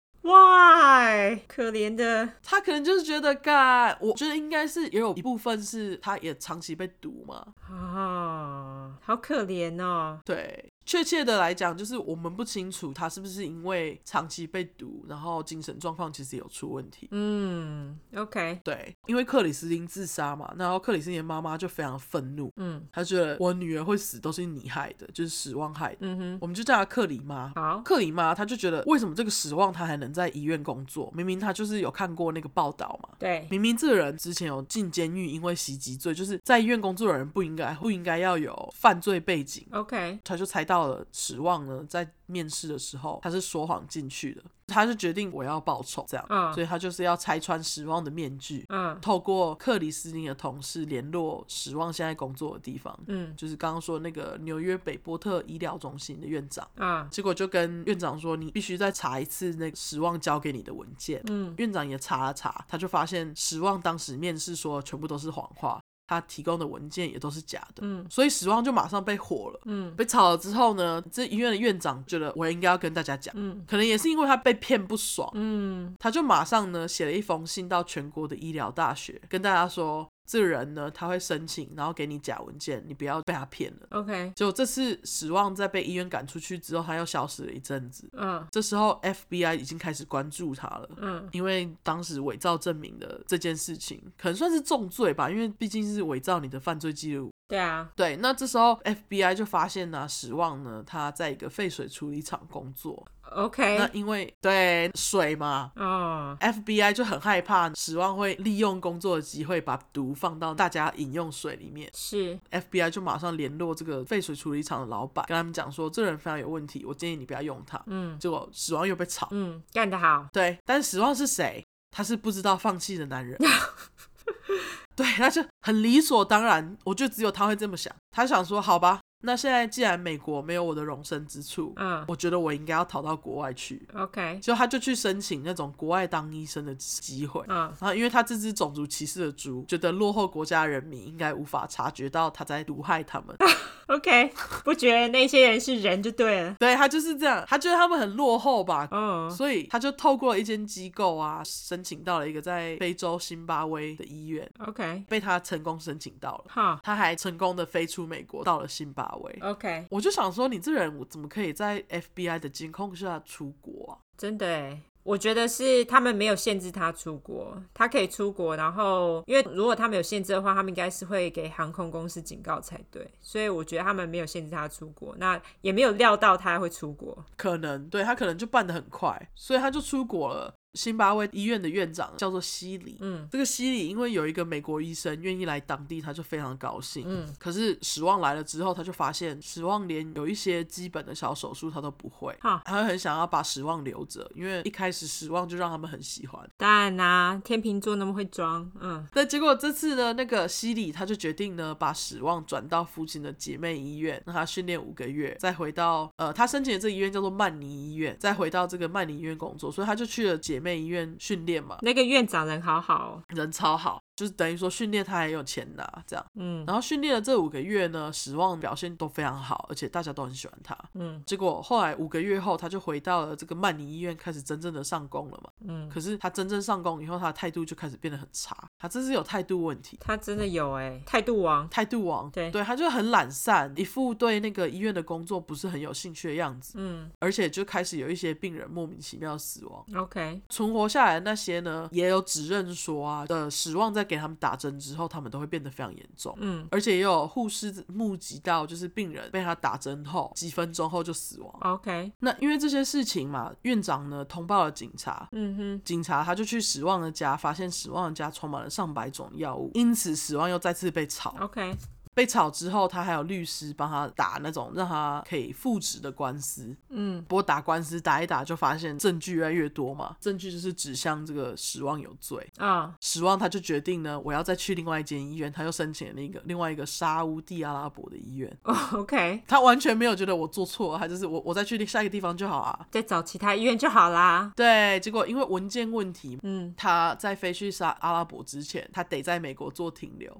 ，Why？可怜的，
他可能就是觉得，干，我觉得应该是也有一部分是他也长期被毒嘛。
哦，好可怜哦，
对，确切的来讲，就是我们不清楚他是不是因为长期被毒，然后精神状况其实有出问题。
嗯，OK，
对，因为克里斯汀自杀嘛，然后克里斯汀的妈妈就非常愤怒，
嗯
她觉得我女儿会死都是你害的，就是史旺害的，
嗯
我们就叫她克里妈。
哼，好，
克里妈她就觉得为什么这个史旺他还能在医院工作？明明她就是有看过那个报道嘛，
对，
明明这个人之前有进监狱，因为袭击罪，就是在医院工作的人不应该不应该要有犯罪背景。
OK，
他就猜到了史旺呢，在面试的时候他是说谎进去的，他就决定我要报仇，这样，
嗯
所以他就是要拆穿史旺的面具，
嗯
透过克里斯汀的同事联络史旺现在工作的地方，
嗯
就是刚刚说那个纽约北波特医疗中心的院长。
啊，
结果就跟院长说，你必须再查一次那个史旺交给你的文件。
嗯
院长也查了查，他就发现史旺当时面试说全部都是谎话，他提供的文件也都是假的，
嗯
所以史旺就马上被火了。
嗯
被炒了之后呢，这医院的院长觉得我应该要跟大家讲，
嗯
可能也是因为他被骗不爽，
嗯
他就马上呢写了一封信到全国的医疗大学，跟大家说这个人呢他会申请，然后给你假文件，你不要被他骗了。
，OK，
结果这次史旺在被医院赶出去之后，他又消失了一阵子。
嗯
这时候 FBI 已经开始关注他了。
嗯
因为当时伪造证明的这件事情，可能算是重罪吧，因为毕竟是伪造你的犯罪记录，
对啊，
对，那这时候 FBI 就发现呢、史旺呢他在一个废水处理厂工作。
OK，
那因为对水嘛
哦，
，FBI 就很害怕史旺会利用工作的机会把毒放到大家饮用水里面。
是
FBI 就马上联络这个废水处理厂的老板，跟他们讲说这人非常有问题，我建议你不要用他。
嗯
结果史旺又被炒。
嗯，干得好，
对，但史旺是谁？他是不知道放弃的男人。对，他就很理所当然，我就只有他会这么想。他想说，好吧，那现在既然美国没有我的容身之处，
嗯
我觉得我应该要逃到国外去。
，OK，
就他就去申请那种国外当医生的机会。
嗯
然后，因为他这只种族歧视的猪，觉得落后国家人民应该无法察觉到他在毒害他
啊
们，
，OK，不觉得那些人是人就对了。
对他就是这样，他觉得他们很落后吧，
哦，
所以他就透过一间机构啊，申请到了一个在非洲津巴威的医院，
OK，
被他成功申请到了。
好
他还成功的飞出美国，到了津巴威。
，OK，
我就想说，你这人我怎么可以在 FBI 的监控下出国啊？
真的哎，我觉得是他们没有限制他出国，他可以出国。然后，因为如果他们有限制的话，他们应该是会给航空公司警告才对。所以我觉得他们没有限制他出国，那也没有料到他会出国。
可能对他可能就办得很快，所以他就出国了。津巴威医院的院长叫做西里，
嗯，
这个西里因为有一个美国医生愿意来当地，他就非常高兴。
嗯，
可是史旺来了之后，他就发现史旺连有一些基本的小手术他都不会，
哈
他很想要把史旺留着，因为一开始史旺就让他们很喜欢。
当然啦、天秤座那么会装，嗯
但结果这次呢，那个西里他就决定呢，把史旺转到附近的姐妹医院，让他训练五个月，再回到呃，他申请的这个医院叫做曼尼医院，再回到这个曼尼医院工作，所以他就去了姐妹医院训练嘛，
那个院长人好好、哦，
人超好，就是等于说训练他很有钱拿这样。
嗯
然后训练了这五个月呢，史旺表现都非常好，而且大家都很喜欢他。
嗯
结果后来五个月后，他就回到了这个曼尼医院，开始真正的上工了嘛。
嗯，
可是他真正上工以后，他的态度就开始变得很差，他真是有态度问题。
他真的有哎，态度王，
态度王，
对
对，他就很懒散，一副对那个医院的工作不是很有兴趣的样子，
嗯
而且就开始有一些病人莫名其妙死亡，
，OK，
存活下来的那些呢，也有指认说啊，的史旺在给他们打针之后，他们都会变得非常严重，
嗯
而且也有护士目击到，就是病人被他打针后几分钟后就死亡。
，OK，
那因为这些事情嘛，院长呢通报了警察，
嗯哼，
警察他就去史旺的家，发现史旺的家充满了上百种药物，因此史旺又再次被炒。
OK，
被炒之后，他还有律师帮他打那种让他可以复职的官司。
嗯
不过打官司打一打，就发现证据越来越多嘛，证据就是指向这个史旺有罪。
啊、
史旺他就决定呢，我要再去另外一间医院，他又申请了那个另外一个沙乌地阿拉伯的医院。
哦 o k
他完全没有觉得我做错，他就是我我再去下一个地方就好啊。
再找其他医院就好啦。
对，结果因为文件问题，
嗯，
他在飞去沙阿拉伯之前，他得在美国做停留。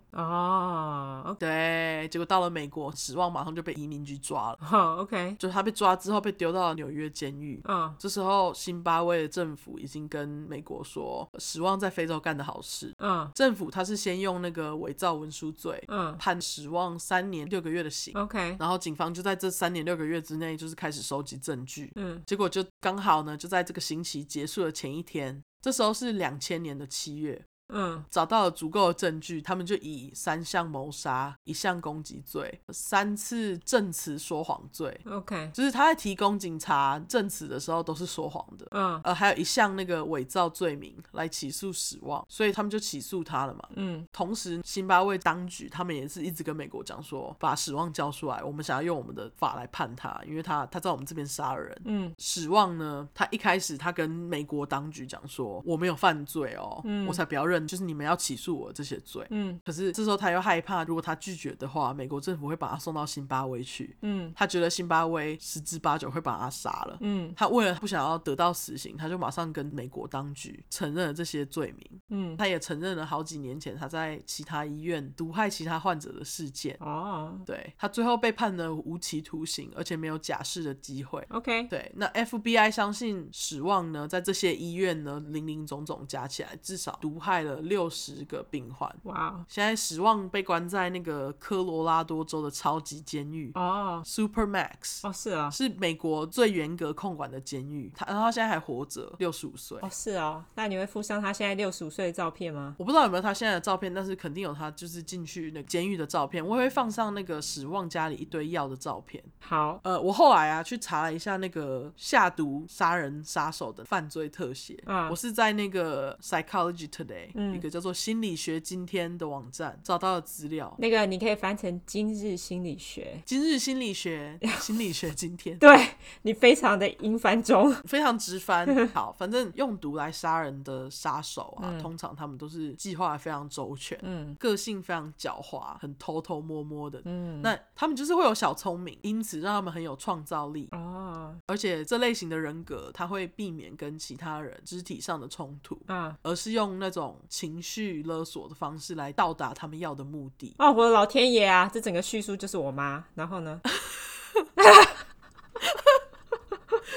哦，OK，
对，结果到了美国，史旺马上就被移民局抓了，
哦，OK，
就他被抓之后被丢到了纽约监狱。
嗯
这时候，津巴威的政府已经跟美国说，史旺在非洲干的好事。
嗯
政府他是先用那个伪造文书罪
嗯
判史旺三年六个月的刑，
，OK，
然后警方就在这三年六个月之内，就是开始收集证据。
嗯
结果就刚好呢，就在这个刑期结束的前一天，这时候是两千年的七月，
嗯
找到了足够的证据，他们就以三项谋杀、一项攻击罪、三次证词说谎罪，
，OK，
就是他在提供警察证词的时候都是说谎的。
嗯
呃，还有一项那个伪造罪名来起诉史旺，所以他们就起诉他了嘛。
嗯
同时，津巴威当局他们也是一直跟美国讲说，把史旺交出来，我们想要用我们的法来判他，因为他他在我们这边杀了人。
嗯
史旺呢，他一开始他跟美国当局讲说，我没有犯罪哦，
嗯
我才不要认，就是你们要起诉我这些罪。
嗯
可是这时候他又害怕，如果他拒绝的话，美国政府会把他送到津巴威去。
嗯
他觉得津巴威十之八九会把他杀了。
嗯
他为了不想要得到死刑，他就马上跟美国当局承认了这些罪名。
嗯，
他也承认了好几年前他在其他医院毒害其他患者的事件。
哦
对他最后被判了无期徒刑，而且没有假释的机会。
，OK，
对，那 FBI 相信史旺呢，在这些医院呢，零零总总加起来，至少毒害了六十个病患，
哇
现在史旺被关在那个科罗拉多州的超级监狱
哦
Supermax。
哦是啊
是美国最严格控管的监狱，他然后他现在还活着，六十五岁。
哦是啊，那你会附上他现在六十五岁的照片吗？
我不知道有没有他现在的照片，但是肯定有他就是进去那个监狱的照片。我也会放上那个史旺家里一堆药的照片。
好
呃，我后来啊去查了一下那个下毒杀人杀手的犯罪特写，
嗯
我是在那个 Psychology Today、
嗯
一个叫做心理学今天的网站找到了资料。
那个你可以翻成今日心理学。
今日心理 学，心理学今天
对你非常的英翻中，
非常直 翻。好，反正用毒来杀人的杀手啊，通常他们都是计划得非常周全，
嗯
个性非常狡猾，很偷偷摸摸的。
嗯，
那他们就是会有小聪明，因此让他们很有创造力。
哦
而且这类型的人格，他会避免跟其他人肢体上的冲突，
啊
而是用那种情绪勒索的方式来到达他们要的目的。
哦，我的老天爷啊！这整个叙述就是我妈。然后 呢，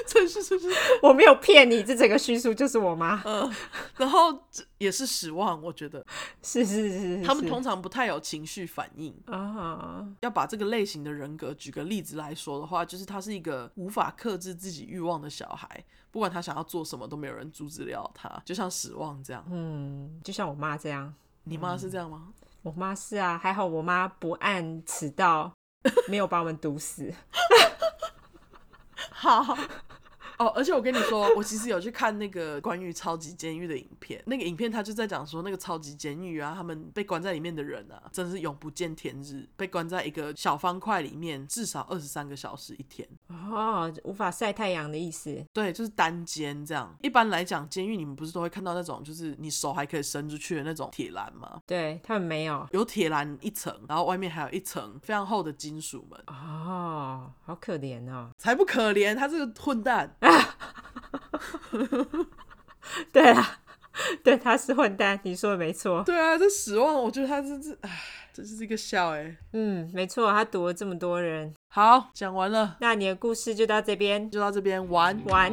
这是这是，
我没有骗你，这整个叙述就是我妈。
然后这也是失望，我觉得
是是是是，
他们
是
通常不太有情绪反应。
啊
要把这个类型的人格举个例子来说的话，就是他是一个无法克制自己欲望的小孩，不管他想要做什么都没有人阻止得了他，就像史旺这样。
嗯，就像我妈这样，
你妈是这样吗？
我妈是啊，还好我妈不按迟到，没有把我们毒死。
好。 哦，而且我跟你说，我其实有去看那个关于超级监狱的影片，那个影片他就在讲说，那个超级监狱啊，他们被关在里面的人啊，真是永不见天日，被关在一个小方块里面，至少二十三个小时一天。
哦，无法晒太阳的意思。
对，就是单间这样。一般来讲，监狱你们不是都会看到那种，就是你手还可以伸出去的那种铁栏吗？
对他们没有。
有铁栏一层，然后外面还有一层非常厚的金属门，
哦，好可怜哦。
才不可怜，他这个混蛋。
对啦，对，他是混蛋，你说的没错。
对啊，这死望，我觉得他这是，唉，这是一个笑哎、
嗯，没错，他毒了这么多人。
好，讲完了，
那你的故事就到这边
就到这边完。
完。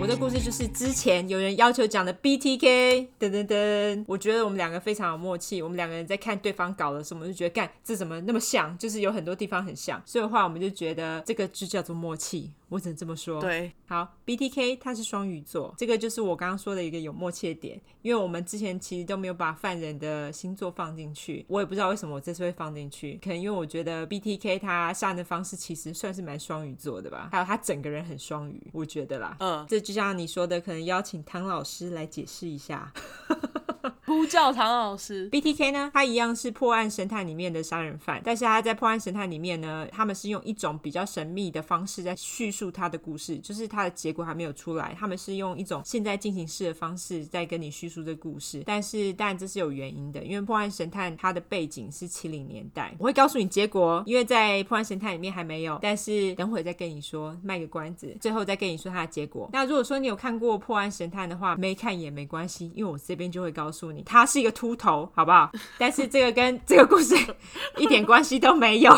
我的故事就是之前有人要求讲的 BTK，噔噔噔。我觉得我们两个非常有默契，我们两个人在看对方搞的时候，我们就觉得干这怎么那么像，就是有很多地方很像，所以的话我们就觉得这个就叫做默契。我只能这么说。
对，
好，BTK 他是双鱼座，这个就是我刚刚说的一个有默契的点，因为我们之前其实都没有把犯人的星座放进去，我也不知道为什么我这次会放进去，可能因为我觉得 BTK 他杀人的方式其实算是蛮双鱼座的吧，还有他整个人很双鱼，我觉得啦。
嗯，
这就像你说的，可能邀请汤老师来解释一下。
呼叫唐老师。
BTK 呢，他一样是破案神探里面的杀人犯，但是他在破案神探里面呢，他们是用一种比较神秘的方式在叙述他的故事，就是他的结果还没有出来，他们是用一种现在进行式的方式在跟你叙述这故事。但是当然这是有原因的，因为破案神探他的背景是七零年代，我会告诉你结果，因为在破案神探里面还没有，但是等会再跟你说，卖个关子，最后再跟你说他的结果。那如果说你有看过破案神探的话，没看也没关系，因为我这边就会告诉你，他是一个秃头，好不好？但是这个跟这个故事一点关系都没有，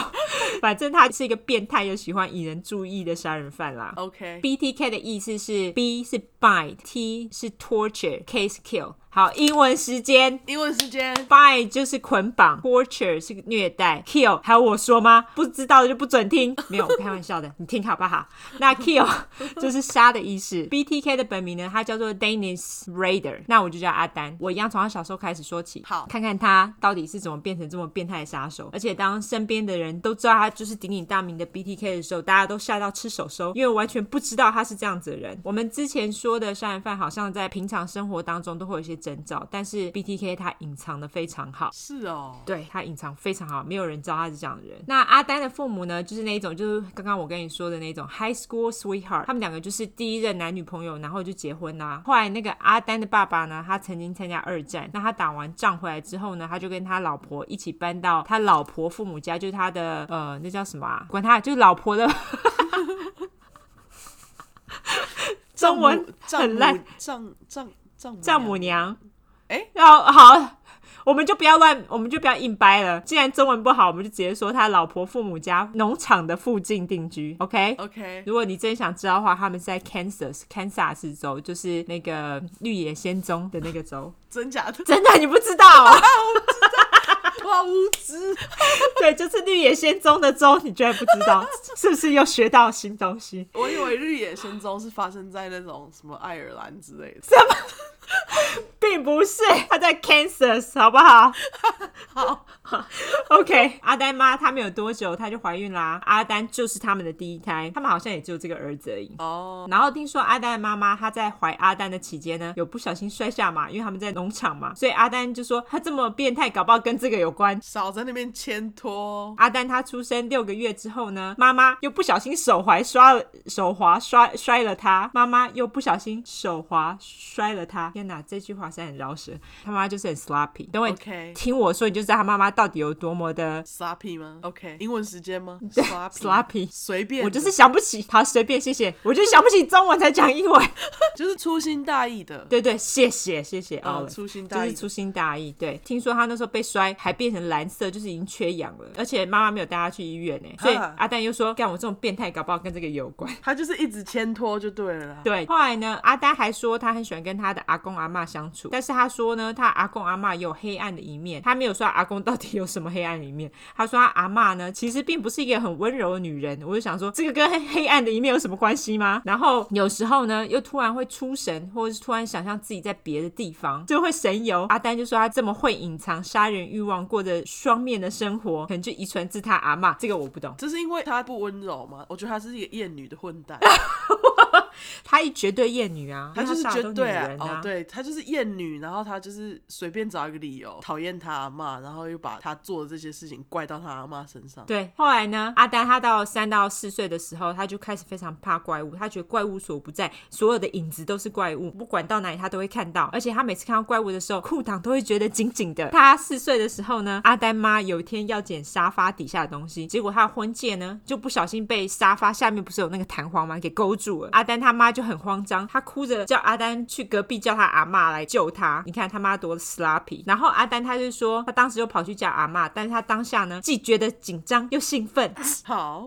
反正他是一个变态又喜欢引人注意的杀人犯啦。
OK，
BTK 的意思是 B 是 bite，T 是 torture，K 是 kill。好，英文时间。
英文时间。
By 就是捆绑，torture 是虐待，kill 还有我说吗？不知道的就不准听，没有，我开玩笑的，你听好不好？那 kill 就是杀的意思。BTK 的本名呢，他叫做 Dennis Rader，那我就叫阿丹。我一样从他小时候开始说起，
好
看看他到底是怎么变成这么变态的杀手。而且当身边的人都知道他就是鼎鼎大名的 BTK 的时候，大家都吓到吃手手，因为完全不知道他是这样子的人。我们之前说的杀人犯好像在平常生活当中都会有一些征兆，但是 BTK 他隐藏的非常好。
是哦，
对他隐藏非常好，没有人知道他是这样的人。那阿丹的父母呢，就是那一种，就是刚刚我跟你说的那种 high school sweetheart，他们两个就是第一任男女朋友，然后就结婚啦、后来那个阿丹的爸爸呢，他曾经参加二战，那他打完仗回来之后呢，他就跟他老婆一起搬到他老婆父母家，就是他的呃，那叫什么啊？管他，就是老婆的
丈
中
母
文
丈
很
母
烂
丈丈丈母
丈母娘。
哎
然后好，我们就不要乱，我们就不要硬掰了。既然中文不好，我们就直接说他老婆父母家农场的附近定居，OK？
OK，
如果你真想知道的话，他们是在 Kansas 堪萨斯州，就是那个绿野仙踪的那个州。
真假 的，
真的，你不知道？哦
我好无知。
对，就是绿野仙踪的州，你居然不知道，是不是又学到新东西？
我以为日野仙踪是发生在那种什么爱尔兰之类的。
并不是， 他在 Kansas，好不好？
好，
OK，阿丹妈她没有多久，她就怀孕啦。阿丹就是他们的第一胎，他们好像也只有这个儿子而已。
哦，
然后听说阿丹的妈妈她在怀阿丹的期间呢，有不小心摔下马，因为他们在农场嘛，所以阿丹就说她这么变态，搞不好跟这个有关。
少在那边牵拖。
阿丹她出生六个月之后呢，妈妈又不小心手滑摔了，手滑摔摔了她，妈妈又不小心手滑摔了她。天哪，这句话实在很饶舌，他妈妈就是很 sloppy。等我
OK
听我说，你就知道他妈妈到底有多么的
sloppy 吗？OK，英文时间 吗？sloppy，
sloppy。
随便，
我就是想不起，好随便，谢谢。我就想不起中文才讲英文，
就是粗心大意的，
对对，谢谢谢谢
啊，
Olive
粗心
就
大
是
意。
粗心大意，对。听说他那时候被摔，还变成蓝色，就是已经缺氧了，而且妈妈没有带他去医院呢，所以
啊
阿蛋又说，干我这种变态，搞不好跟这个有关。
他就是一直牵拖就对了啦。
对，后来呢，阿呆还说他很喜欢跟他的阿公阿妈相处，但是他说呢，他阿公阿妈有黑暗的一面，他没有说他阿公到底有什么黑暗的一面，他说他阿妈呢其实并不是一个很温柔的女人，我就想说这个跟黑黑暗的一面有什么关系吗？然后有时候呢又突然会出神，或者是突然想象自己在别的地方，就会神游。阿呆就说他这么会隐藏杀人欲望，过着双面的生活，可能就遗传自他阿妈，这个我不懂。
这是因为他不温柔吗？我觉得他是一个厌女的混蛋，
他一绝对厌女啊，
他就是
因
绝
为杀的都是
对
女
啊，
人
哦，对他就是厌女，然后他就是随便找一个理由讨厌他阿妈，然后又把他做的这些事情怪到他阿妈身上。
对，后来呢，阿丹他到三到四岁的时候，他就开始非常怕怪物，他觉得怪物所不在，所有的影子都是怪物，不管到哪里他都会看到，而且他每次看到怪物的时候，裤裆都会觉得紧紧的。他四岁的时候呢，阿丹妈有一天要捡沙发底下的东西，结果他的婚戒呢就不小心被沙发下面不是有那个弹簧吗，给勾住了。阿丹他妈就很慌张，他哭着叫阿丹去隔壁叫他阿妈来救他。你看他妈多 sloppy。然后阿丹他就说，他当时就跑去叫阿妈，但是他当下呢既觉得紧张又兴奋，
好，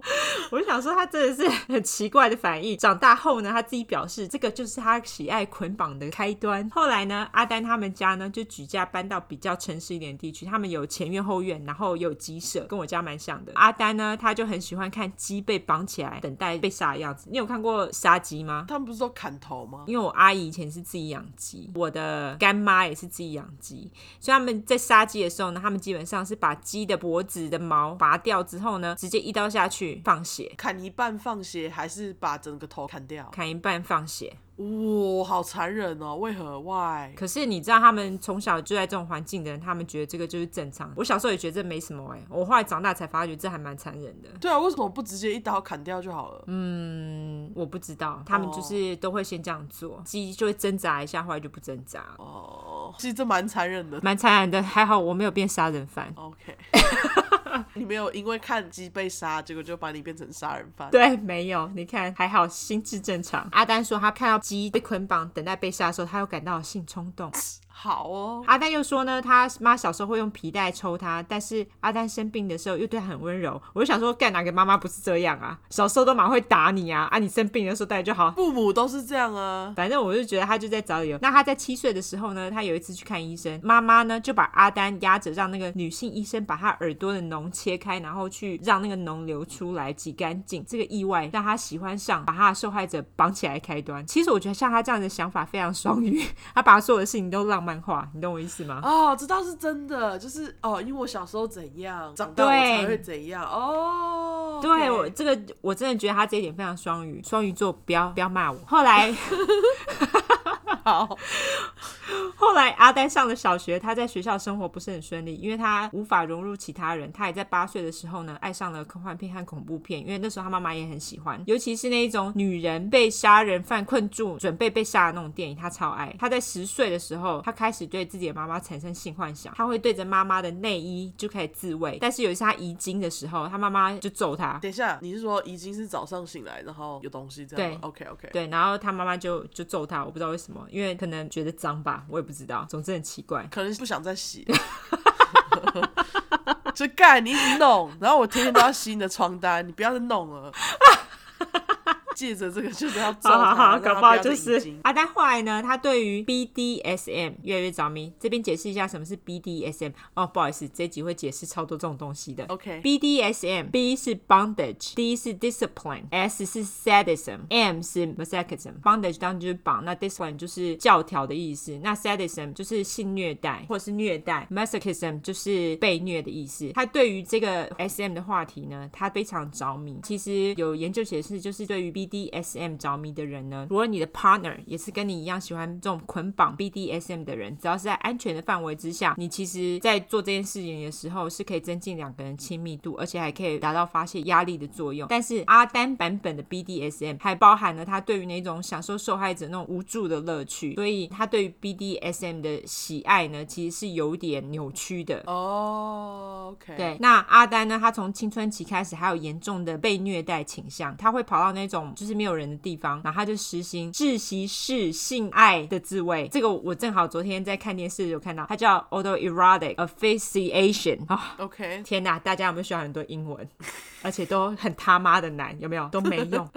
我就想说，他真的是很奇怪的反应。长大后呢，他自己表示，这个就是他喜爱捆绑的开端。后来呢，阿丹他们家呢就举家搬到比较城市一点的地区，他们有前院后院，然后有鸡舍，跟我家蛮像的。阿丹呢，他就很喜欢看鸡被绑起来等待被杀的样子。你有看过杀鸡吗？
他们不是都砍头吗？
因为我阿姨以前是自己养鸡，我的干妈也是自己养鸡，所以他们在杀鸡的时候呢，他们基本上是把鸡的脖子的毛拔掉之后呢，直接一刀下去放血，
砍一半放血，还是把整个头砍掉？
砍一半放血。
哇、好残忍哦！为何 why？
可是你知道，他们从小就在这种环境的人，他们觉得这个就是正常。我小时候也觉得这没什么哎、我后来长大才发觉这还蛮残忍的。
对啊，为什么不直接一刀砍掉就好了？
嗯，我不知道，他们就是都会先这样做，鸡就会挣扎一下，后来就不挣扎了，
哦，其实这蛮残忍的。
蛮残忍的。还好我没有变杀人犯。
OK，你没有因为看鸡被杀，结果就把你变成杀人犯。
对，没有，你看还好心智正常。阿丹说他看到鸡被捆绑等待被杀的时候，他又感到性冲动。
好哦，
阿丹又说呢，他妈小时候会用皮带抽他，但是阿丹生病的时候又对他很温柔。我就想说，干哪个妈妈不是这样啊？小时候都蛮会打你啊，啊你生病的时候带就好。
父母都是这样啊。
反正我就觉得他就在找理由。那他在七岁的时候呢，他有一次去看医生，妈妈呢就把阿丹压着，让那个女性医生把他耳朵的脓切开，然后去让那个脓流出来，挤干净。这个意外让他喜欢上把他的受害者绑起来开端。其实我觉得像他这样的想法非常双语，他把所有的事情都浪漫化，你懂我意思吗？
哦，这倒是真的，就是哦，因为我小时候怎样，长大我
对
才会怎样哦。
对
OK
我这个我真的觉得他这一点非常双鱼，双鱼座不要不要骂我。后来
好，
后来阿丹上了小学，他在学校生活不是很顺利，因为他无法融入其他人。他也在八岁的时候呢，爱上了科幻片和恐怖片，因为那时候他妈妈也很喜欢，尤其是那一种女人被杀人犯困住，准备被杀的那种电影，他超爱。他在十岁的时候，他开始对自己的妈妈产生性幻想，他会对着妈妈的内衣就开始自慰。但是有一次他遗精的时候，他妈妈就揍他，
等一下，你是说已经是早上醒来，然后有东西这样吗？OK OK，
对，然后他妈妈就就揍他，我不知道为什么，因为可能觉得脏吧，我也不知道，总之很奇怪。
可能不想再洗。 就干你一直弄，然后我天天都要洗你的床单，你不要再弄了。借着这个就是要揍
好好
他，
好，
让他
搞不好
要再引
就是
经
啊。但后来呢，他对于 BDSM 越来越着迷。这边解释一下什么是 BDSM 哦，不好意思，这集会解释超多这种东西的。
OK
BDSM，B 是 bondage，D 是 discipline，S 是 sadism，M 是 masochism。bondage 当然就是绑，那 discipline 就是教条的意思，那 sadism 就是性虐待或者是虐待，masochism 就是被虐的意思。他对于这个 SM 的话题呢，他非常着迷。其实有研究显示，就是对于 BDSM 着迷的人呢，如果你的 partner 也是跟你一样喜欢这种捆绑 BDSM 的人，只要是在安全的范围之下，你其实在做这件事情的时候是可以增进两个人亲密度，而且还可以达到发泄压力的作用。但是阿丹版本的 BDSM 还包含了他对于那种享受受害者那种无助的乐趣，所以他对于 BDSM 的喜爱呢，其实是有点扭曲的。
哦，OK，
对，那阿丹呢？他从青春期开始，还有严重的被虐待倾向，他会跑到那种就是没有人的地方，然后他就实行窒息式性爱的自慰。这个我正好昨天在看电视有看到，它叫 autoerotic asphyxiation 啊、
，OK，
天哪，大家有没有学到很多英文？而且都很他妈的难，有没有？都没用。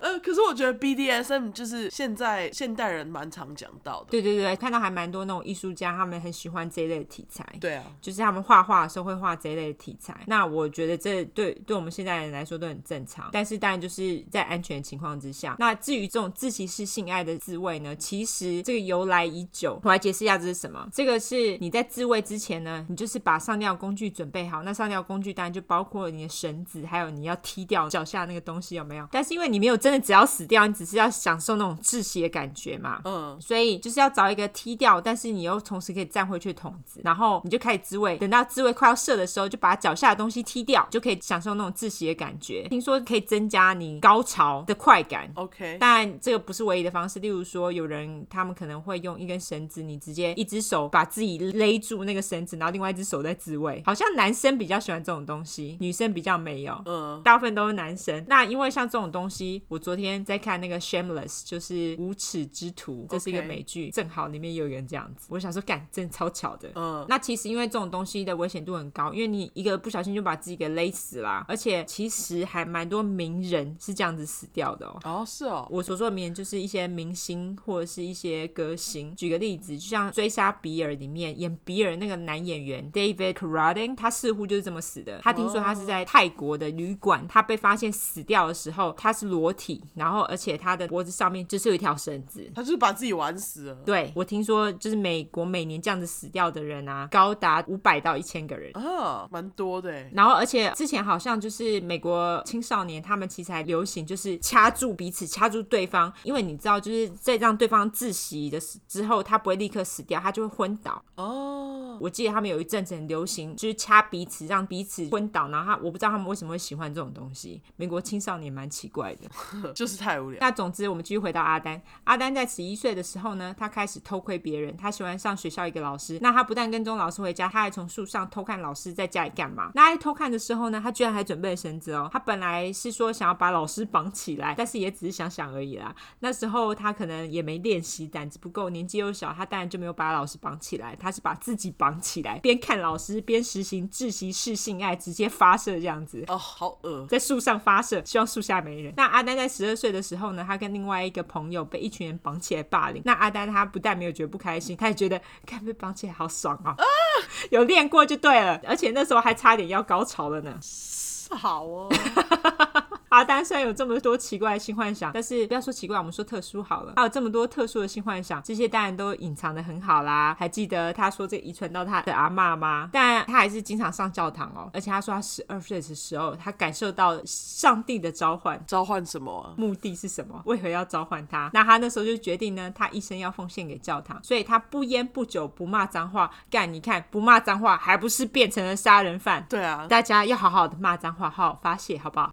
呃，可是我觉得 BDSM 就是现在现代人蛮常讲到的，
对对对，看到还蛮多那种艺术家，他们很喜欢这一类的题材。
对啊，
就是他们画画的时候会画这一类的题材。那我觉得这对对我们现代人来说都很正常，但是当然就是在安全的情况之下。那至于这种自习式性爱的自慰呢，其实这个由来已久。我来解释一下这是什么。这个是你在自慰之前呢，你就是把上吊工具准备好。那上吊工具当然就包括你的绳子，还有你要踢掉脚下那个东西有没有？但是因为你没有真的只要死掉，你只是要享受那种窒息的感觉嘛。
嗯，
所以就是要找一个踢掉，但是你又同时可以站回去的筒子，然后你就开始自慰，等到自慰快要射的时候，就把脚下的东西踢掉，就可以享受那种窒息的感觉。听说可以增加你高潮的快感。
OK，
但这个不是唯一的方式，例如说，有人他们可能会用一根绳子，你直接一只手把自己勒住那个绳子，然后另外一只手在自慰。好像男生比较喜欢这种东西，女生比较没有。
嗯
大部分都是男生。那因为像这种东西，我昨天在看那个《Shameless》，就是《无耻之徒》，这是一个
OK
美剧正好里面有一个人这样子，我想说，干，真的超巧的。
嗯，
那其实因为这种东西的危险度很高，因为你一个不小心就把自己给勒死啦，而且其实还蛮多名人是这样子死掉的哦。
哦是哦，
我所说的名人就是一些明星或者是一些歌星。举个例子，就像《追杀比尔》里面演比尔那个男演员 David Carradine，他似乎就是这么死的。他听说他是在泰国的旅馆，他被发现死掉的时候，他是裸体，然后而且他的脖子上面就是有一条绳子。
他就是把自己玩死了
对我听说，就是美国每年这样子死掉的人啊，高达五百到一千个人。
啊，蛮多的欸，
然后，而且之前好像就是美国青少年他们其实还流行，就是掐住彼此，掐住对方，因为你知道，就是在让对方窒息的时之后，他不会立刻死掉，他就会昏倒。
哦，
我记得他们有一阵子很流行，就是掐彼此，让彼此昏倒。然后他，我不知道他们为什么会喜欢这种东西。美国青少年蛮奇怪的。
就是太无聊，
那总之，我们继续回到阿丹。阿丹在十一岁的时候呢，他开始偷窥别人，他喜欢上学校一个老师。那他不但跟踪老师回家，他还从树上偷看老师在家里干嘛。那在偷看的时候呢，他居然还准备了绳子哦。他本来是说想要把老师绑起来，但是也只是想想而已啦。那时候他可能也没练习，胆子不够，年纪又小，他当然就没有把老师绑起来，他是把自己绑起来，边看老师边实行窒息式性爱，直接发射这样子。
哦好恶，
在树上发射，希望树下没人。那阿丹在十二岁的时候呢，他跟另外一个朋友被一群人绑起来霸凌。那阿丹他不但没有觉得不开心，他也觉得看被绑起来好爽哦、 有练过就对了，而且那时候还差点要高潮了呢。
好哦，
阿丹虽然有这么多奇怪的性幻想，但是不要说奇怪，我们说特殊好了。他有这么多特殊的性幻想，这些当然都隐藏的很好啦。还记得他说这遗传到他的阿嬷吗？但他还是经常上教堂哦。而且他说他十二岁的时候，他感受到上帝的召唤，
召唤什么啊？
目的是什么？为何要召唤他？那他那时候就决定呢，他一生要奉献给教堂，所以他不烟不酒不骂脏话。干，你看不骂 脏话，还不是变成了杀人犯？
对啊，
大家要好好的骂脏话，好好发泄，好不好？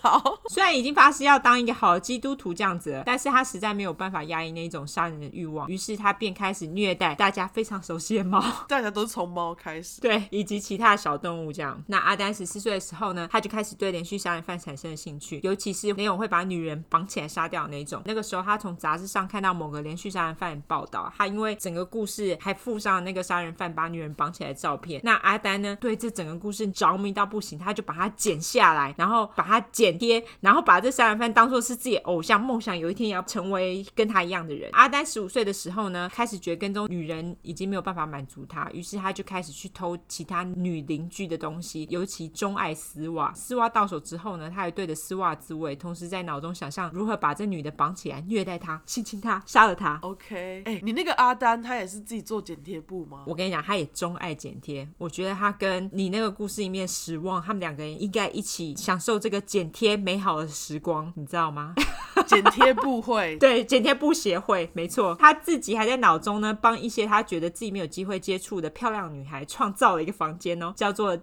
好，
虽然已经发誓要当一个好基督徒这样子了，但是他实在没有办法压抑那一种杀人的欲望，于是他便开始虐待大家非常熟悉的猫。
大家都是从猫开始。
对，以及其他的小动物这样。那阿丹十四岁的时候呢，他就开始对连续杀人犯产生了兴趣，尤其是那种会把女人绑起来杀掉的那种。那个时候，他从杂志上看到某个连续杀人犯的报道，他因为整个故事还附上了那个杀人犯把女人绑起来的照片。那阿丹呢，对这整个故事着迷到不行，他就把它剪下来，然后把它剪贴，然后把这杀人犯当做是自己的偶像，梦想有一天也要成为跟他一样的人。啊阿丹十五岁的时候呢，开始觉得跟踪女人已经没有办法满足他，于是他就开始去偷其他女邻居的东西，尤其钟爱丝袜。丝袜到手之后呢，他还对着丝袜自慰，同时在脑中想象如何把这女的绑起来，虐待她、性侵她、杀了她。
OK，哎、你那个阿丹他也是自己做剪贴布吗？
我跟你讲，他也钟爱剪贴。我觉得他跟你那个故事里面的失望，他们两个人应该一起享受这个剪贴美好的时光，你知道吗？
剪贴布会，
对，剪贴布协会，没错，他自己还在脑中呢，帮一些他觉得自己没有机会接触的漂亮女孩创造了一个房间哦，叫做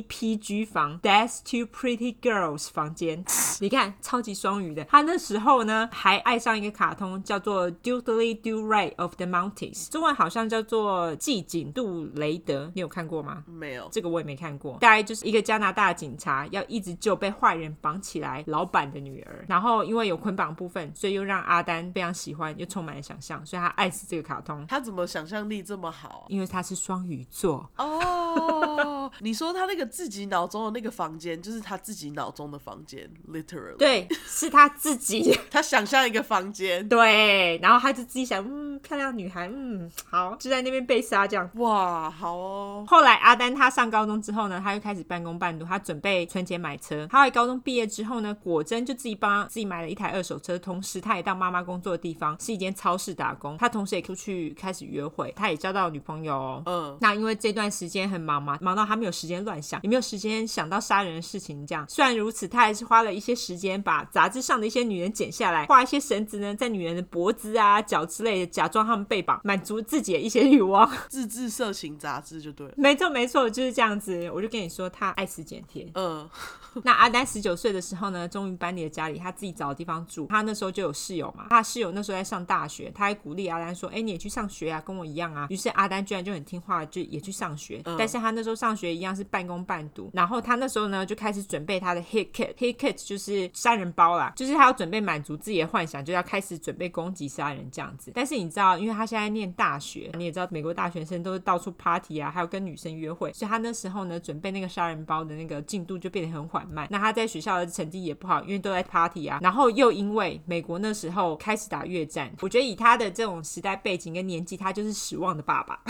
DTPG 房 （That's Two Pretty Girls 房间）。你看，超级双语的。他那时候呢，还爱上一个卡通叫做《Doodly Do Right of the Mountains》，中文好像叫做《季景杜雷德》，你有看过吗？
没有，
这个我也没看过，大概就是一个加拿大警察要一直救被坏人绑起来老板的女儿，然后因为有捆绑部分，所以又让阿丹非常喜欢，又充满了想象，所以他爱死这个卡通，
他怎么想象力这么好
因为他是双鱼座。
啊、哦， 你说他那个自己脑中的那个房间，就是他自己脑中的房间，literally，
对，是他自己
他想象一个房间，
对，然后他就自己想，嗯，漂亮女孩，嗯，好，就在那边被杀这样。
哇，好哦，
后来阿丹他上高中之后呢，他又开始半工半读，他准备存钱买车。他后来高中毕业之后呢，果真就自己帮自己买了一台二手车，同时他也到妈妈工作的地方是一间超市打工。他同时也出去开始约会，他也交到女朋友、哦。
嗯，
那因为这段时间很忙嘛，忙到他没有时间乱想，也没有时间想到杀人的事情。这样，虽然如此，他还是花了一些时间把杂志上的一些女人剪下来，画一些绳子呢，在女人的脖子啊、脚之类的，假装她们被绑，满足自己的一些欲望。
自制色情杂志就对了，
没错，没错，就是这样子。我就跟你说，他爱吃剪贴。
嗯，
那阿丹十九岁的时候呢，终于搬离了家里，他自己找地方住。他那时候就有室友嘛，他室友那时候在上大学，他还鼓励阿丹说：“哎、你也去上学啊，跟我一样啊。”于是阿丹居然就很听话，就也去上学。
嗯
但是他那时候上学一样是半工半读，然后他那时候呢就开始准备他的 hit kit。hit kit 就是杀人包啦，就是他要准备满足自己的幻想，就要开始准备攻击杀人这样子。但是你知道，因为他现在念大学，你也知道美国大学生都是到处 party 啊，还有跟女生约会，所以他那时候呢准备那个杀人包的那个进度就变得很缓慢。那他在学校的成绩也不好，因为都在 party 啊。然后又因为美国那时候开始打越战，我觉得以他的这种时代背景跟年纪，他就是失望的爸爸。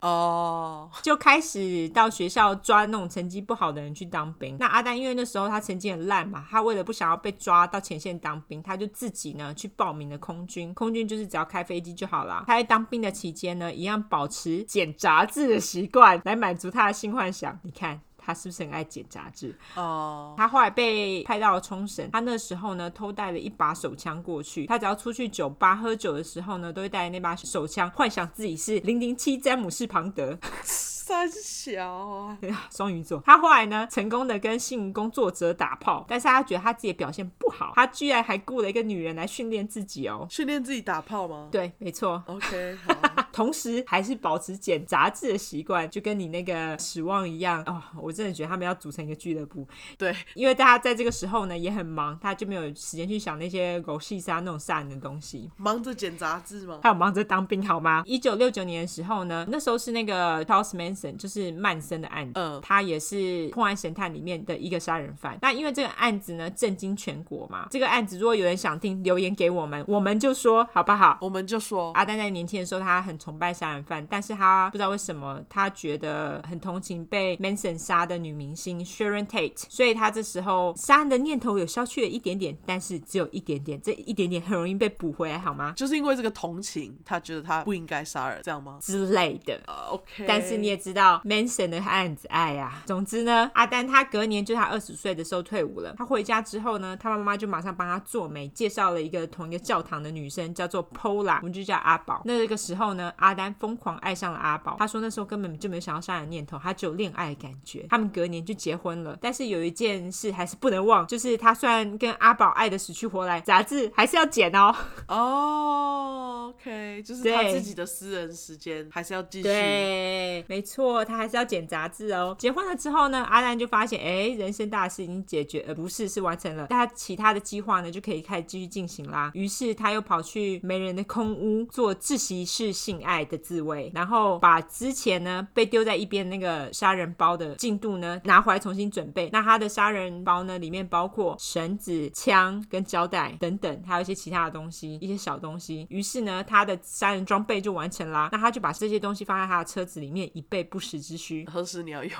哦，
就开始到学校抓那种成绩不好的人去当兵。那阿丹因为那时候他成绩很烂嘛，他为了不想要被抓到前线当兵，他就自己呢去报名了空军。空军就是只要开飞机就好啦。他在当兵的期间呢，一样保持剪杂志的习惯，来满足他的性幻想。你看。他是不是很爱剪杂志？
哦，
他后来被派到了冲绳，他那时候呢偷带了一把手枪过去。他只要出去酒吧喝酒的时候呢，都会带着那把手枪，幻想自己是零零七詹姆士庞德。
三小啊，
双鱼座，他后来呢，成功的跟性工作者打炮，但是他觉得他自己的表现不好，他居然还雇了一个女人来训练自己哦。
训练自己打炮吗
对，没错，
？OK，好，
同时还是保持剪杂志的习惯，就跟你那个史旺一样哦。我真的觉得他们要组成一个俱乐部，
对，
因为大家在这个时候呢也很忙，他就没有时间去想那些狗戏杀那种杀人的东西。
忙着剪杂志吗？
还有忙着当兵好吗？一九六九年的时候呢，那时候是那个 Charles Manson，就是曼森的案子，
嗯
呃他也是《破案神探》里面的一个杀人犯。那因为这个案子呢震惊全国嘛，这个案子如果有人想听，留言给我们，我们就说好不好？
我们就说，
阿丹在年轻的时候，他很崇拜杀人犯，但是他不知道为什么，他觉得很同情被 Manson 杀的女明星 Sharon Tate，所以他这时候杀人的念头有消去了一点点，但是只有一点点，这一点点很容易被补回来，好吗？
就是因为这个同情，他觉得他不应该杀人，这样吗、
之类的，
呃 o k
但是你也知道 Manson 的案子，哎呀，总之呢，阿丹他隔年就他二十岁的时候退伍了。他回家之后呢，他妈妈就马上帮他做媒，介绍了一个同一个教堂的女生，叫做 Pola，我们就叫阿宝。那个时候呢，呢，阿丹疯狂爱上了阿宝。他说那时候根本就没有想要杀人的念头，他只有恋爱的感觉。他们隔年就结婚了，但是有一件事还是不能忘，就是他虽然跟阿宝爱的死去活来，杂志还是要剪哦。
哦，OK，就是他
对
自己的私人时间还是要继续。
对，没错，他还是要剪杂志哦。结婚了之后呢，阿兰就发现，哎，人生大事已经解决，呃，不是，是完成了。那他其他的计划呢，就可以开始继续进行啦。于是他又跑去没人的空屋做窒息式性爱的自慰，然后把之前呢被丢在一边那个杀人包的进度呢拿回来重新准备。那他的杀人包呢，里面包括绳子、枪跟胶带等等，还有一些其他的东西，一些小东西。于是呢，他的杀人装备就完成啦。那他就把这些东西放在他的车子里面，以备不时 之需。
何时你要用？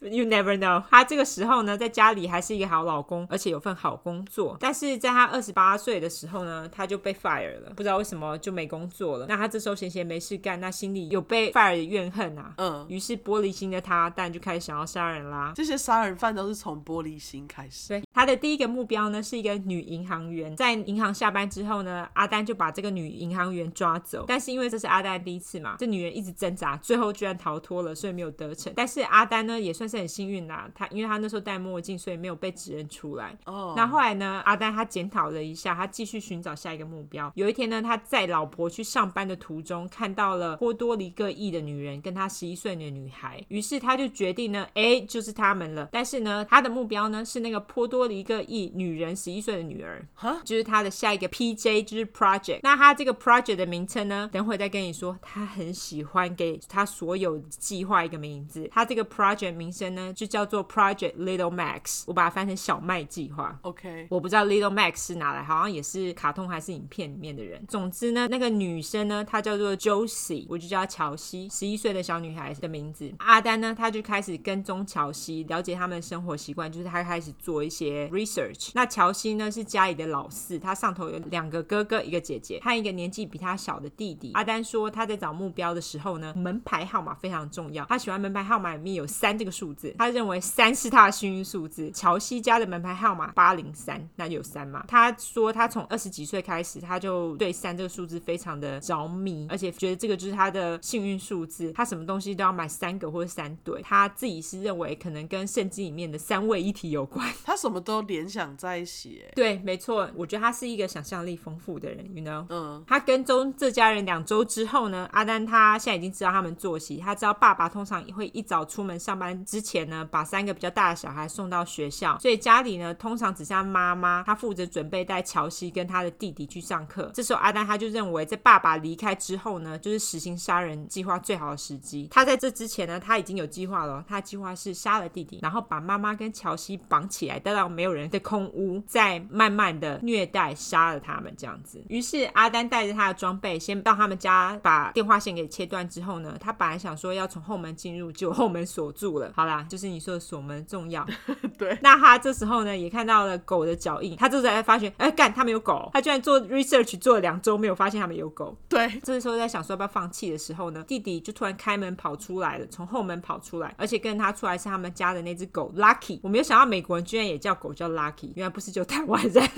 You never know。他这个时候呢，在家里还是一个好老公，而且有份好工作。但是在他二十八岁的时候呢，他就被 fire 了，不知道为什么就没工作了。那他这时候闲闲没事干，那心里有被 fire 的怨恨啊。
嗯，
于是玻璃心的他，当然就开始想要杀人啦。
这些杀人犯都是从玻璃心开始。
对，他的第一个目标呢是一个女银行员。在银行下班之后呢，阿丹就把这个女银行员抓走。但是因为这是阿丹的第一次嘛，这女人一直挣扎，最后居然逃脱了，所以没有得逞。但是阿丹呢也算是很幸运啦，他因为他那时候戴墨镜，所以没有被指认出来。
哦，
那后来呢？阿丹他检讨了一下，他继续寻找下一个目标。有一天呢，他在老婆去上班的途中，看到了波多黎各裔的女人跟他十一岁的女孩，于是他就决定呢，哎，就是他们了。但是呢，他的目标呢是那个波多黎各裔女人十一岁的女儿，
哈
就是他的下一个 PJ，就是 project。那他这个 project 的名称呢，等会再跟你说。他很喜欢给他所有计划一个名字，他这个 project 名称呢就叫做 Project Little Max，我把它翻成小麦计划。
，OK，
我不知道 Little Max 是哪来，好像也是卡通还是影片里面的人。总之呢，那个女生呢，她叫做 Josie，我就叫她乔西，十一岁的小女孩的名字。阿丹呢，他就开始跟踪乔西，了解他们的生活习惯，就是他开始做一些 research。那乔西呢是家里的老四，他上头有两个哥哥，一个姐姐，和一个年纪比他小的弟弟。阿丹说他在找目标的时候呢，门牌号码非常重要，他喜欢门牌号码里面有三这个数字，他认为三是他的幸运数字。乔西家的门牌号码八零三，那就有三嘛。他说他从二十几岁开始，他就对三这个数字非常的着迷，而且觉得这个就是他的幸运数字，他什么东西都要买三个或者三对。他自己是认为可能跟圣经里面的三位一体有关。
他什么都联想在一起。欸
对，没错，我觉得他是一个想象力丰富的人，you know。
嗯，
他跟踪这家人两周之后呢，阿丹他现在已经知道他们作息，他知道爸爸通常会一早出门上班之前呢，把三个比较大的小孩送到学校，所以家里呢通常只剩下妈妈，他负责准备带乔西跟他的弟弟去上课。这时候阿丹他就认为，在爸爸离开之后呢，就是实行杀人计划最好的时机。他在这之前呢，他已经有计划了哦，他的计划是杀了弟弟，然后把妈妈跟乔西绑起来，带到没有人的空屋，再慢慢的虐待杀了他们这样子。于是阿丹带着他的装备，先到他们家把电话线给切断之后呢，他本来想说要从后门进入，结果后门锁住了。好啦，就是你说的锁门重要。
对，
那他这时候呢，也看到了狗的脚印，他这时候才发现，哎、干，他们有狗，他居然做 research 做了两周，没有发现他们有狗。
对，
这时候在想说要不要放弃的时候呢，弟弟就突然开门跑出来了，从后门跑出来，而且跟他出来是他们家的那只狗 Lucky。我没有想到美国人居然也叫狗叫 Lucky，原来不是就台湾人。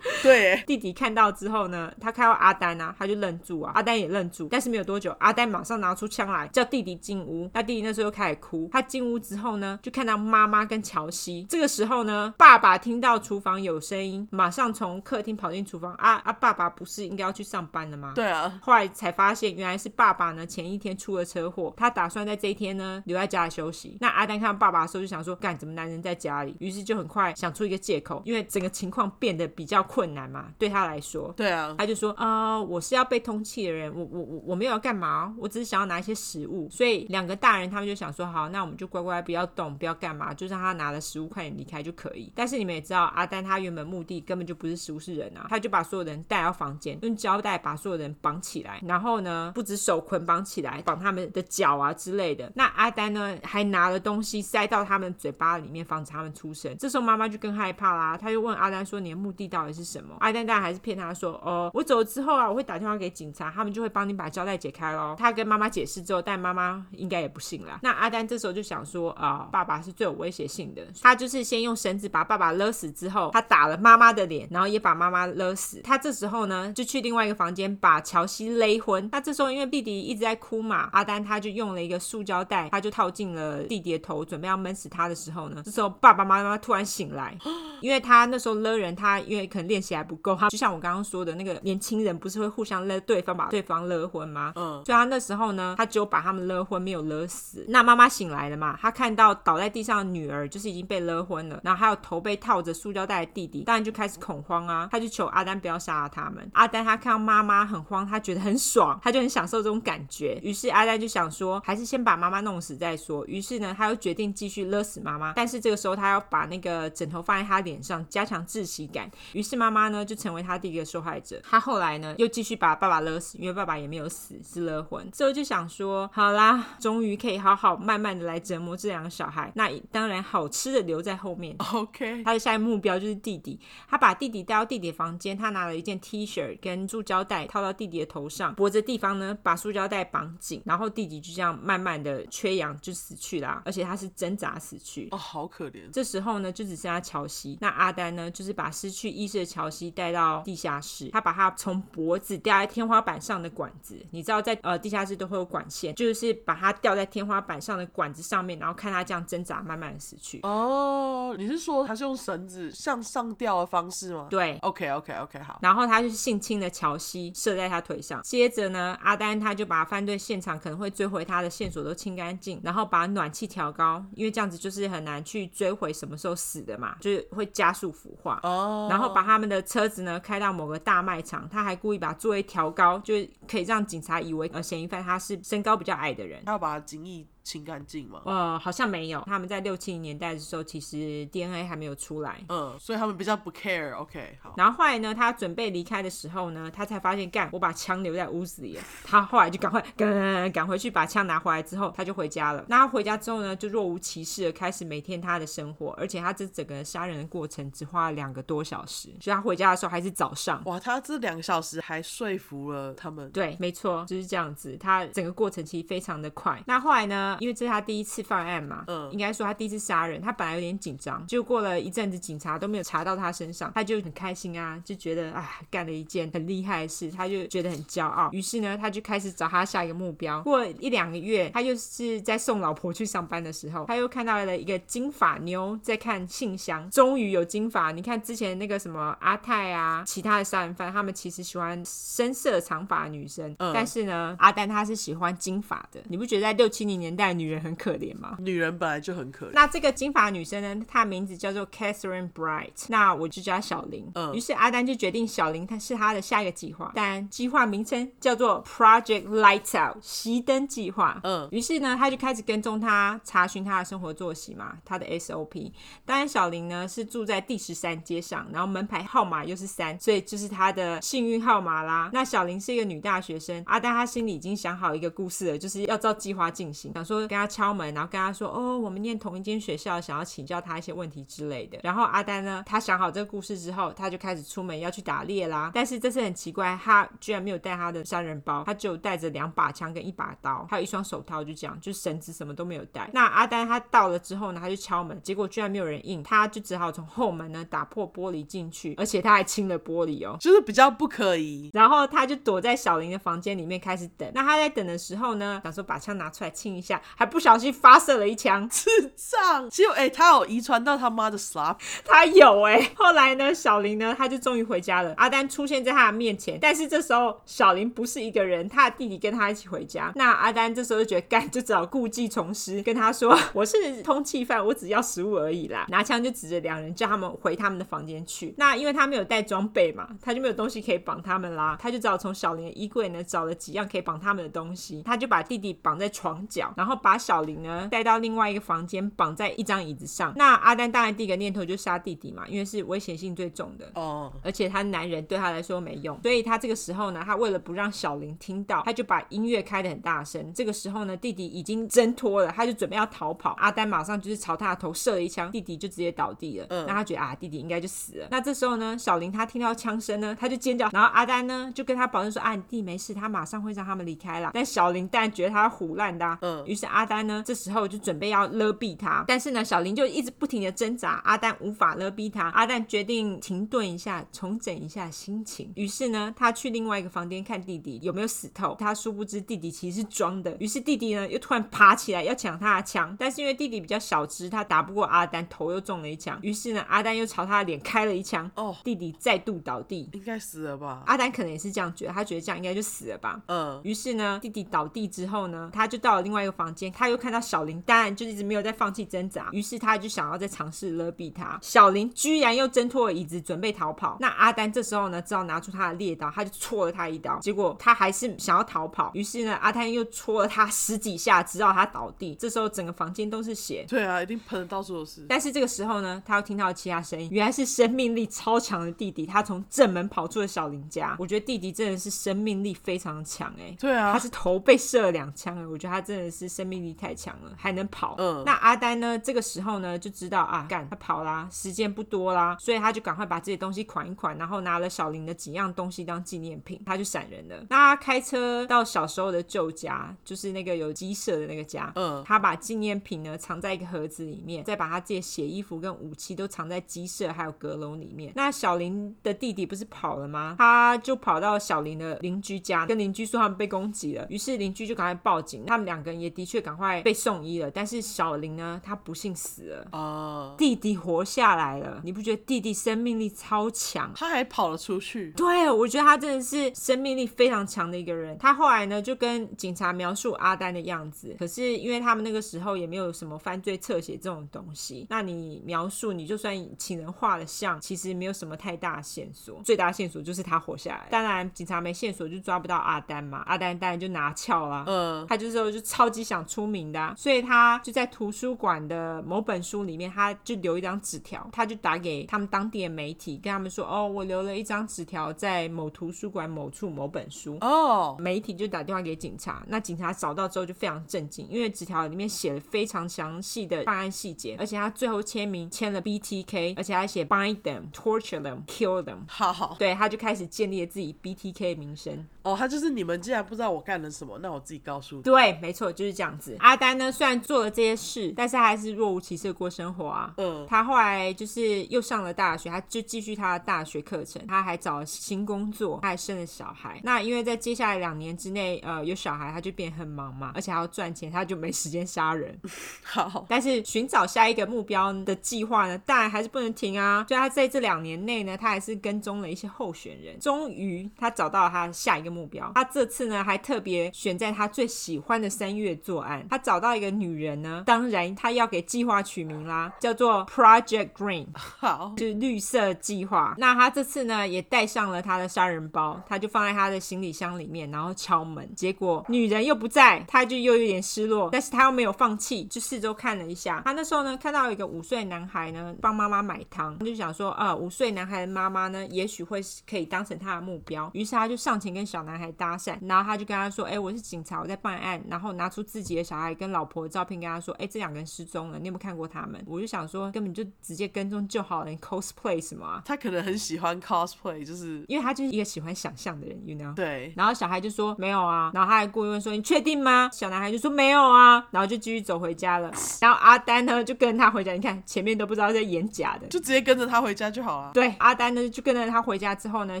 对，欸
弟弟看到之后呢，他看到阿丹啊，他就愣住啊，阿丹也愣住，但是没有多久，阿丹马上拿出枪来叫弟弟进屋，那弟弟那时候又开始哭，他进屋之后呢，就看到妈妈跟乔西，这个时候呢，爸爸听到厨房有声音，马上从客厅跑进厨房，啊啊，爸爸不是应该要去上班了吗？
对啊，
后来才发现，原来是爸爸呢前一天出了车祸，他打算在这一天呢留在家里休息。那阿丹看到爸爸的时候就想说，干怎么男人在家里？于是就很快想出一个借口，因为整个情况变得比较困难嘛，对他来说。
对啊，
他就说：“呃，我是要被通气的人，我我我我没有要干嘛，哦我只是想要拿一些食物。”所以两个大人他们就想说：“好，那我们就乖乖不要动，不要干嘛，就让他拿了食物快点离开就可以。”但是你们也知道，阿丹他原本目的根本就不是食物，是人啊！他就把所有人带到房间，用胶带把所有人绑起来，然后呢，不止手捆绑起来，绑他们的脚啊之类的。那阿丹呢，还拿了东西塞到他们嘴巴里面，防止他们出声。这时候妈妈就更害怕啦，她就问阿丹说：“你的目的到底？”到底是什么。啊阿蛋蛋还是骗他说，哦，我走之后啊，我会打电话给警察，他们就会帮你把胶带解开喽。他跟妈妈解释之后，但妈妈应该也不信啦。那阿丹这时候就想说，啊、爸爸是最有威胁性的，他就是先用绳子把爸爸勒死之后，他打了妈妈的脸，然后也把妈妈勒死。他这时候呢，就去另外一个房间把乔西勒昏。那这时候因为弟弟一直在哭嘛，阿丹他就用了一个塑胶袋，他就套进了弟弟的头，准备要闷死他的时候呢，这时候爸爸妈妈突然醒来，因为他那时候勒人，他因为可能练习还不够，他就像我刚刚说的那个年轻人，不是会互相勒对方，把对方勒昏吗？
嗯，
所以他那时候呢，他只有把他们勒昏，没有勒死。那妈妈醒来了嘛，她看到倒在地上的女儿就是已经被勒昏了，然后还有头被套着塑胶袋的弟弟，当然就开始恐慌啊，他就求阿丹不要杀了他们。阿丹他看到妈妈很慌，他觉得很爽，他就很享受这种感觉。于是阿丹就想说，还是先把妈妈弄死再说。于是呢，他又决定继续勒死妈妈，但是这个时候他要把那个枕头放在他脸上，加强窒息感。于是妈妈呢就成为他第一个受害者。他后来呢又继续把爸爸勒死，因为爸爸也没有死，是勒昏。之后就想说，好啦，终于可以好好慢慢的来折磨这两个小孩。那当然好吃的留在后面。
OK，
他的下一目标就是弟弟，他把弟弟带到弟弟的房间，他拿了一件 T 恤跟塑胶带套到弟弟的头上，脖子地方呢把塑胶带绑紧，然后弟弟就这样慢慢的缺氧就死去啦，而且他是挣扎死去。
哦，好可怜。
这时候呢，就只剩下乔西。那阿丹呢，就是把失去意识的乔西带到地下室，他把他从脖子吊在天花板上的管子，你知道在呃地下室都会有管线，就是把他吊在天花板上的管子上面，然后看他这样挣扎，慢慢的死去。
哦，你是说他是用绳子向上吊的方式吗？
对，
，OK OK OK，好。
然后他就是性侵了乔西，射在他腿上。接着呢，阿丹他就把犯罪现场可能会追回他的线索都清干净，然后把暖气调高，因为这样子就是很难去追回什么时候死的嘛，就是会加速腐化。
哦，
然后把他们的车子呢开到某个大卖场，他还故意把座位调高，就是可以让警察以为呃嫌疑犯他是身高比较矮的人。
他要把精液清干净吗？
呃，好像没有。他们在六七零年代的时候，其实 DNA 还没有出来，
嗯，所以他们比较不 care。OK，好。
然后后来呢，他准备离开的时候呢，他才发现，干，我把枪留在屋子里了。他后来就赶快赶赶回去把枪拿回来之后，他就回家了。那他回家之后呢，就若无其事的开始每天他的生活，而且他这整个杀人的过程只花了两个多小时，所以他回家的时候还是早上。
哇，他这两个小时还说服了他们。
对，没错，就是这样子。他整个过程其实非常的快。那后来呢，因为这是他第一次犯案嘛，
嗯
应该说他第一次杀人，他本来有点紧张，就过了一阵子，警察都没有查到他身上，他就很开心啊，就觉得啊，干了一件很厉害的事，他就觉得很骄傲。于是呢，他就开始找他下一个目标。过了一两个月，他就是在送老婆去上班的时候，他又看到了一个金发妞在看信箱，终于有金发。你看之前那个什么阿泰啊，其他的杀人犯，他们其实喜欢深色长发的女生，
嗯
但是呢，阿丹他是喜欢金发的。你不觉得在六七零年代的女人很可怜吗？
女人本来就很可怜。
那这个金发女生呢，她名字叫做 Catherine Bright，那我就叫她小林。
嗯
于是阿丹就决定小林她是他的下一个计划，但计划名称叫做 Project Lights Out，熄灯计划。
嗯，
于是呢，他就开始跟踪她，查询她的生活作息嘛，她的 SOP。当然，小林呢是住在第十三街上，然后门牌号码又是三，所以就是她的幸运号码啦。那小林是一个女大学生，阿丹她心里已经想好一个故事了，就是要照计划进行，想说跟她敲门，然后跟她说哦，我们念同一间学校，想要请教她一些问题之类的。然后阿丹呢，她想好这个故事之后，她就开始出门要去打猎啦。但是这次很奇怪，她居然没有带她的杀人包，她只有带着两把枪跟一把刀，还有一双手套，就这样，就绳子什么都没有带。那阿丹他到了之后呢，他就敲门，结果居然没有人应，他就只好从后门呢打破玻璃进去，而且他还清了玻璃哦。
就是比较不可疑。
然后他就躲在小林的房间里面开始等。那他在等的时候呢，想说把枪拿出来清一下，还不小心发射了一枪。
智障，其实哎、他有遗传到他妈的 slap，
他有哎、 后来呢，小林呢，他就终于回家了。阿丹出现在他的面前，但是这时候小林不是一个人，他的弟弟跟他一起回家。那阿丹这时候就觉得干，就只好故技重施，跟他说：“ 我是通缉犯，我只要食物而已啦。”拿枪就指着两人，叫他们回他们的房间去。那因为他没有带装备嘛，他就没有东西可以绑他们啦，他就只好从小林的衣柜呢找了几样可以绑他们的东西，他就把弟弟绑在床角，然后。后把小林呢带到另外一个房间，绑在一张椅子上。那阿丹当然第一个念头就杀弟弟嘛，因为是危险性最重的。
哦，
而且他男人对他来说没用，所以他这个时候呢，他为了不让小林听到，他就把音乐开得很大声。这个时候呢，弟弟已经挣脱了，他就准备要逃跑。阿丹马上就是朝他的头射了一枪，弟弟就直接倒地了。
嗯
那他觉得啊，弟弟应该就死了。那这时候呢，小林他听到枪声呢，他就尖叫，然后阿丹呢就跟他保证说啊，你弟没事，他马上会让他们离开啦。但小林当然觉得他胡乱的、啊，
嗯
于是阿丹呢，这时候就准备要勒毙他，但是呢，小林就一直不停的挣扎，阿丹无法勒毙他，阿丹决定停顿一下，重整一下心情。于是呢，他去另外一个房间看弟弟有没有死透，他殊不知弟弟其实是装的。于是弟弟呢，又突然爬起来要抢他的枪，但是因为弟弟比较小只，他打不过阿丹，头又中了一枪。于是呢，阿丹又朝他的脸开了一枪，
哦
弟弟再度倒地。
应该死了吧？
阿丹可能也是这样觉得，他觉得这样应该就死了吧。
嗯，
于是呢，弟弟倒地之后呢，他就到了另外一个房间，他又看到小林，当然就一直没有在放弃挣扎，于是他就想要再尝试勒毙他。小林居然又挣脱了椅子，准备逃跑。那阿丹这时候呢，只好拿出他的猎刀，他就戳了他一刀，结果他还是想要逃跑。于是呢，阿丹又戳了他十几下，直到他倒地。这时候整个房间都是血。
对啊，一定喷的到处都是。
但是这个时候呢，他又听到其他声音，原来是生命力超强的弟弟，他从正门跑出了小林家。我觉得弟弟真的是生命力非常强哎、
对啊
他，是头被射了两枪了，我觉得他真的是生命力太强了，还能跑。
嗯
那阿丹呢？这个时候呢，就知道啊，干他跑啦，时间不多啦，所以他就赶快把这些东西款一款，然后拿了小林的几样东西当纪念品，他就闪人了。那他开车到小时候的旧家，就是那个有鸡舍的那个家，
嗯，
他把纪念品呢藏在一个盒子里面，再把他自己的血衣服跟武器都藏在鸡舍还有阁楼里面。那小林的弟弟不是跑了吗？他就跑到小林的邻居家，跟邻居说他们被攻击了，于是邻居就赶快报警，他们两个人也的确赶快被送医了。但是小林呢，他不幸死了。
哦，
弟弟活下来了，你不觉得弟弟生命力超强？
他还跑了出去。
对，我觉得他真的是生命力非常强的一个人。他后来呢，就跟警察描述阿丹的样子，可是因为他们那个时候也没有什么犯罪侧写这种东西，那你描述你就算请人画了像，其实没有什么太大的线索。最大的线索就是他活下来。当然，警察没线索就抓不到阿丹嘛，阿丹当然就拿翘啦。
嗯，
他这时候就超级想出名的啊、所以他就在图书馆的某本书里面，他就留一张纸条，他就打给他们当地的媒体，跟他们说：“哦，我留了一张纸条在某图书馆某处某本书。”
哦，
媒体就打电话给警察，那警察找到之后就非常震惊，因为纸条里面写了非常详细的办案细节，而且他最后签名签了 BTK，而且还写 bind them, torture them, kill them。
好好
对，他就开始建立了自己 BTK 的名声。
哦，他就是你们既然不知道我干了什么，那我自己告诉你。
对，没错，就是这样子。阿丹呢，虽然做了这些事，但是他还是若无其事地过生活啊。
嗯，
他后来就是又上了大学，他就继续他的大学课程，他还找了新工作，他还生了小孩。那因为在接下来两年之内，呃，有小孩，他就变得很忙嘛，而且还要赚钱，他就没时间杀人。
好，
但是寻找下一个目标的计划呢，当然还是不能停啊。所以他在这两年内呢，他还是跟踪了一些候选人，终于他找到了他的下一个目标。他这次呢，还特别选在他最喜欢的三月作案。他找到一个女人呢，当然他要给计划取名啦，叫做 Project Green。
好，
就是绿色计划。那他这次呢，也带上了他的杀人包，他就放在他的行李箱里面，然后敲门。结果女人又不在，他就又有点失落，但是他又没有放弃，就四周看了一下。他那时候呢，看到一个五岁男孩呢，帮妈妈买糖，他就想说，呃，五岁男孩的妈妈呢，也许会可以当成他的目标。于是他就上前跟小男孩搭讪，然后他就跟他说，哎、我是警察，我在办案，然后拿出自己的小孩跟老婆的照片跟他说，哎、这两个人失踪了，你有没有看过他们？我就想说，根本就直接跟踪就好了，你 cosplay 什么啊、
他可能很喜欢 cosplay，就是
因为他就是一个喜欢想象的人，you know。
对，
然后小孩就说没有啊，然后他还故意问说你确定吗？小男孩就说没有啊，然后就继续走回家了。然后阿丹呢就跟他回家，你看前面都不知道在演假的，
就直接跟着他回家就好了。
对，阿丹呢就跟着他回家之后呢，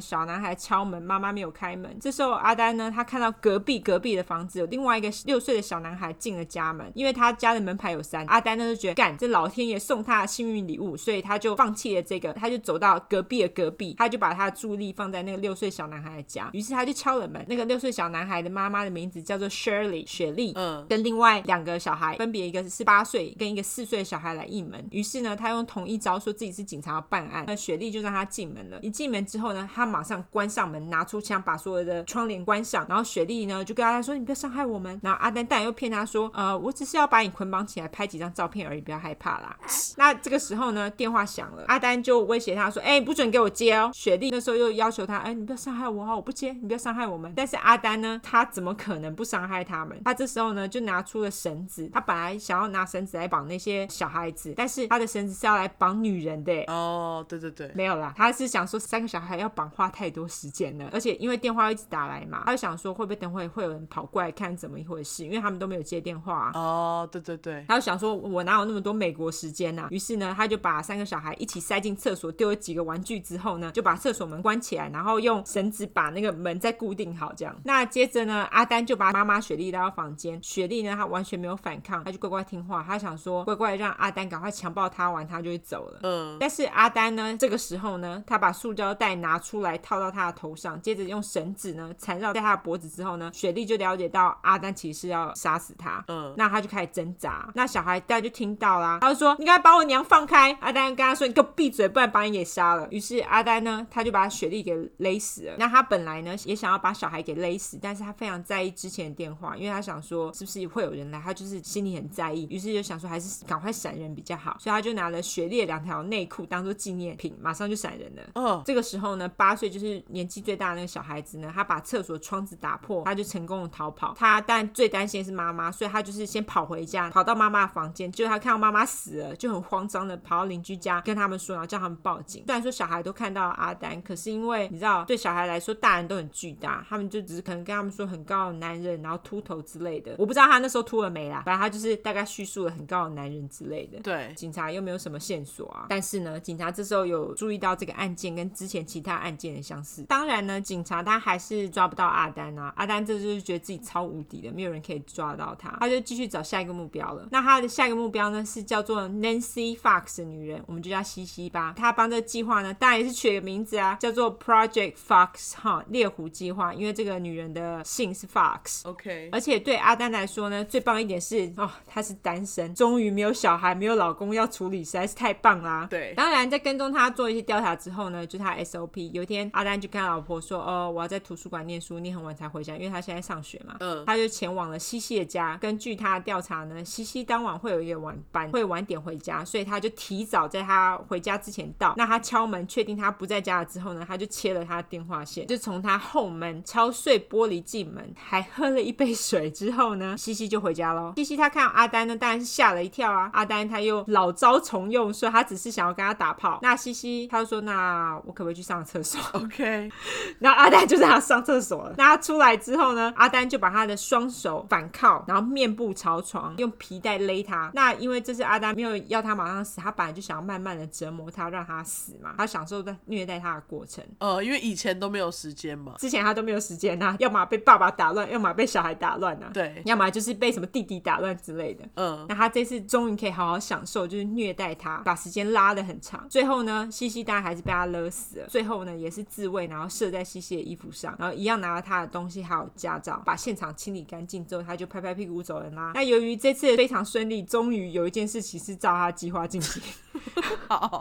小男孩敲门，妈妈没有开门。这时候阿丹呢，他看到隔壁隔壁的房子有另外一个六岁的小男孩进了家门，因为他家的门牌有三，阿丹呢就觉得干，这老天爷送他的幸运礼物，所以他就放弃了这个，他就走到隔壁的隔壁，他就把他的注意力放在那个六岁小男孩的家，于是他就敲了门。那个六岁小男孩的妈妈的名字叫做 Shirley 雪莉，
嗯，
跟另外两个小孩，分别一个是八岁跟一个四岁的小孩来应门。于是呢，他用同一招说自己是警察要办案，那雪莉就让他进门了。一进门之后呢，他马上关上门，拿出枪把所有的窗帘关上。然后雪莉呢就跟阿丹说：“你不要伤害我们。”然后阿丹当然又骗他说，呃，我只是要把你捆绑起来拍几张照片而已，不要害怕啦。那这个时候呢，电话响了，阿丹就威胁他说，哎、不准给我接哦。雪莉那时候又要求他，哎、你不要伤害我哦，我不接，你不要伤害我们。但是阿丹呢，他怎么可能不伤害他们？他这时候呢，就拿出了绳子，他本来想要拿绳子来绑那些小孩子，但是他的绳子是要来绑女人的耶。欸
哦，对对对，
没有啦，他是想说三个小孩要绑花太多时间了，而且因为电话一直打来嘛，他就想说会不会等会会有人跑过来看怎么一回事，因为他们都没有接电话啊、
哦，对对对，
他就想说，我哪有那么多美国时间呐、啊于是呢，他就把三个小孩一起塞进厕所，丢了几个玩具之后呢，就把厕所门关起来，然后用绳子把那个门再固定好，这样。那接着呢，阿丹就把妈妈雪莉拉到房间，雪莉呢，她完全没有反抗，她就乖乖听话，她想说乖乖让阿丹赶快强暴她完，她就会走了。
嗯、
但是阿丹呢，这个时候呢，他把塑胶袋拿出来套到他的头上，接着用绳子呢缠绕在他的脖子之后呢，雪莉就了解到阿丹其实是要杀死他。
嗯
那他就开始挣扎，那小孩当然就听到啦，他就说：“你赶快把我娘放开！”阿丹跟他说：“你给我闭嘴，不然把你给杀了。”于是阿丹呢，他就把雪莉给勒死了。那他本来呢也想要把小孩给勒死，但是他非常在意之前的电话，因为他想说是不是会有人来，他就是心里很在意，于是就想说还是赶快闪人比较好，所以他就拿了雪莉的两条内裤当做纪念品，马上就闪人了。
嗯，
这个时候呢，八岁就是年纪最大的那个小孩子呢，他把厕所窗子打破，他就成功的逃跑。他但最担心的是妈妈，所以他就是先跑回家，跑到妈妈的房间，结果他看到妈妈死了，就很慌张的跑到邻居家跟他们说，然后叫他们报警。虽然说小孩都看到阿丹，可是因为你知道，对小孩来说，大人都很巨大，他们就只是可能跟他们说很高的男人，然后秃头之类的。我不知道他那时候秃了没啦，反正他就是大概叙述了很高的男人之类的。
对，
警察又没有什么线索啊。但是呢，警察这时候有注意到这个案件跟之前其他案件的相似。当然呢，警察他还是抓不到阿丹啊。阿丹这就是觉得自己超无敌的，没有人可以抓到他，他就继续找下一个目标了。那他的下一个目标呢是叫做 Nancy Fox 的女人，我们就叫西西吧。他帮这个计划呢，当然也是取个名字啊，叫做 Project Fox 哈猎狐计划，因为这个女人的姓是 Fox。
OK，
而且对阿丹来说呢，最棒一点是哦，他是单身，终于没有小孩，没有老公要处理，实在是太棒 啦。
对
当然在跟踪他做一些调查之后呢，就他 SOP。有一天，阿丹就跟他老婆说：“哦，我要在图书馆念书，念很晚才回家，因为他现在上学嘛。”
嗯
他就前往了西西的家。根据他的调查呢，西西当晚会有一个晚班，会晚点回家，所以他就提早在他回家之前到。那他敲门确定他不在家了之后呢，他就切了他的电话线，就从他后门敲碎玻璃进门，还喝了一杯水之后呢，西西就回家喽。西西他看到阿丹呢，当然是吓了一跳啊。阿丹他又老招重用，说他只是想要跟他打炮。那西西他就说：“那我可不可以去上厕所？”
OK，
然后阿丹就让他上厕所了。那他出来之后呢，阿丹就把他的双手反铐，然后面部朝床，用皮带勒他。那因为这是阿丹没有要他马上死，他本来就想要慢慢的折磨他，让他死嘛，他享受在虐待他的过程。
呃，因为以前都没有时间嘛，
之前他都没有时间呐、要么被爸爸打乱，要么被小孩打乱呐、
对
要么就是被什么弟弟打乱之类的。
嗯、
那他这次终于可以好好享受，就是虐待他，把时间拉得很长。最后呢，西西当然还是被他勒死了。最后呢，也是自卫，然后射在西西的衣服上，然后一样拿了他的东西还有驾照，把现场清理干净之后，他就拍拍屁股走人啦。那由于这次非常顺利，终于有一件事情是照他计划进行。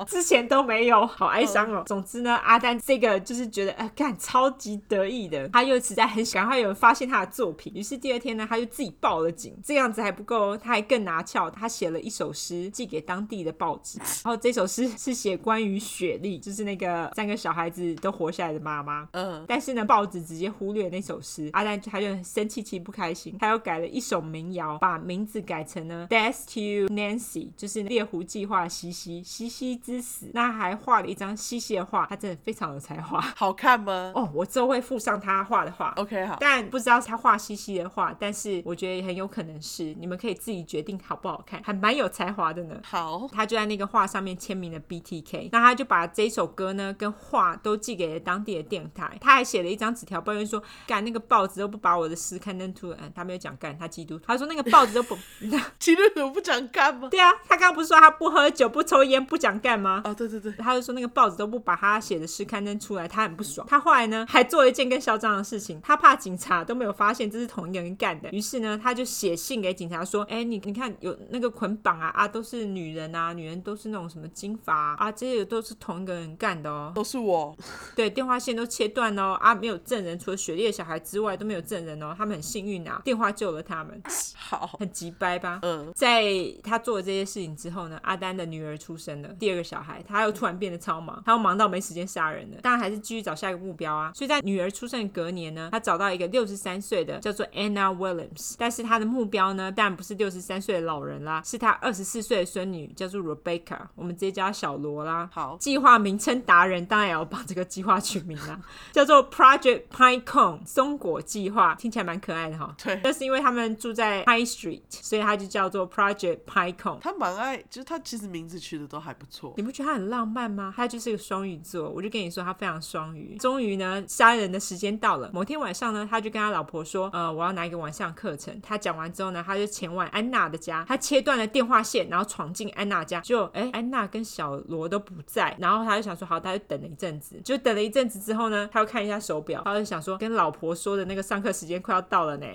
之前都没有，好哀伤哦。总之呢，阿丹这个就是觉得，呃，干超级得意的，他又实在很想赶快有人发现他的作品，于是第二天呢，他就自己报了警。这样子还不够哦，他还更拿翘，他写了一首诗寄给当地的报纸，然后这首诗是写关于雪莉，就是那个三个小孩子都活下来的妈妈。
嗯、
但是呢，报纸直接忽略那首诗，阿丹他就很生气气不开心，他又改了一首民谣，把名字改成呢 Death to Nancy，就是猎狐计划西西西西之死。那还画了一张西西的画，他真的非常有才华
好看吗
哦，我之后会附上他画的画。
？OK，好，
但不知道他画西西的画，但是我觉得也很有可能是，你们可以自己决定好不好看，还蛮有才华的呢。
好，
他就在那个画上面签名了 BTK。那他就把这首歌呢跟画都寄给了当地的电台，他还写了一张纸条抱怨说：“干那个报纸都不把我的诗刊登出来。嗯”他没有讲干，他基督徒。他说那个报纸都不，
其实我不想看吗？
对啊，他刚刚不是说他不喝酒、不抽烟不讲干吗？
哦，对对对，
他就说那个报纸都不把他写的诗刊登出来，他很不爽。他后来呢，还做了一件更嚣张的事情，他怕警察都没有发现这是同一个人干的，于是呢，他就写信给警察说：“哎、你你看有那个捆绑啊啊，都是女人啊，女人都是那种什么金发啊，啊这些都是同一个人干 的哦。
都是我，
对，电话线都切断哦啊，没有证人，除了雪莉的小孩之外都没有证人哦，他们很幸运啊，电话救了他们，
好，
很急掰吧？
嗯，
在他做了这些事情之后呢，阿丹的女儿出生了，第二个小孩，他又突然变得超忙，他又忙到没时间杀人了，当然还是继续找下一个目标啊。所以在女儿出生的隔年呢，他找到一个六十三岁的叫做 Anna Williams，但是他的目标呢，当然不是六十三岁的老人啦，是他二十四岁的孙女叫做 Rebecca，我们直接叫她小罗啦。
好
计划名称达人当然也要帮这个计划取名啦，叫做 Project Pine Cone 松果计划，听起来蛮可爱的哈。
对
但是因为他们住在 High Street，所以它就叫做 Project Pine Cone。
他蛮爱，就是他其实名字取的都还不错，
你不觉得他很浪漫吗？他就是个双鱼座，我就跟你说他非常双鱼。终于呢，杀人的时间到了。某天晚上呢，他就跟他老婆说：“呃，我要拿一个晚上课程。”他讲完之后呢，他就前往安娜的家，他切断了电话线，然后闯进安娜家，就哎，安娜跟小罗都不在，然后他就想说好，他就等了一阵子，就等了一阵子之后呢，他又看一下手表，他就想说跟老婆说的那个上课时间快要到了呢，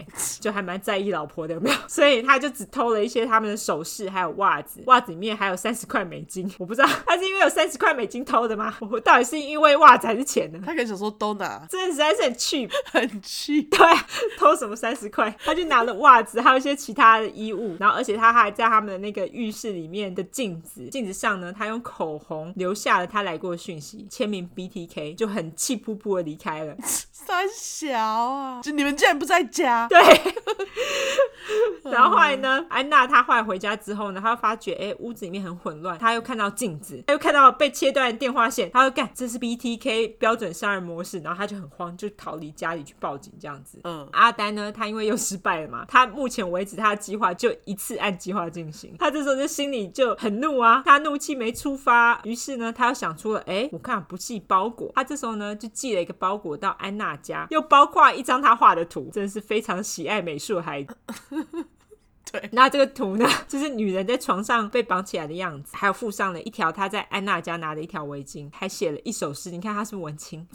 就还蛮在意老婆的，有没 有？所以他就只偷了一些他们的首饰，还有袜子，袜子里面还有三十块美金。 我不知道他是因为有三十块美金偷的吗？ 我到底是因为袜子还是钱呢？
他可以想说都拿，
真的实在是很 cheap，
很气，
偷什么三十块？他就拿了袜子，还有一些其他的衣物，然后而且他还在他们的那个浴室里面的镜子，镜子上呢，他用口红留下了他来过的讯息，签名 BTK，就很气扑扑的离开了。
三小啊，就你们竟然不在家，
对。 然后后来呢，安娜她后来回家之后呢，她就发觉哎、屋子里面很混乱，她又看到镜子，她又看到被切断的电话线，她就干这是 BTK 标准杀人模式，然后她就很慌，就逃离家里去报警这样子。
嗯，
阿丹呢，他因为又失败了嘛，他目前为止他的计划就一次按计划进行，他这时候就心里就很怒啊，他怒气没触发，于是呢，他又想出了，哎，我看不寄包裹，他这时候呢就寄了一个包裹到安娜家，又包括一张他画的图，真的是非常喜爱美术的孩子。
对
那这个图呢， 就是女人在床上被绑起来的样子，还有附上了一条她在安娜家拿的一条围巾，还写了一首诗。你看她是不是文青？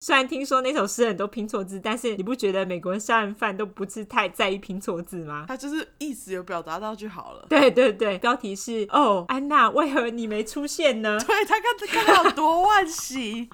虽然听说那首诗很多拼错字，但是你不觉得美国杀人犯都不是太在意拼错字吗？
他就是意思有表达到就好了。
对对对，标题是哦，安娜，为何你没出现呢？
对他看看到有多惋惜，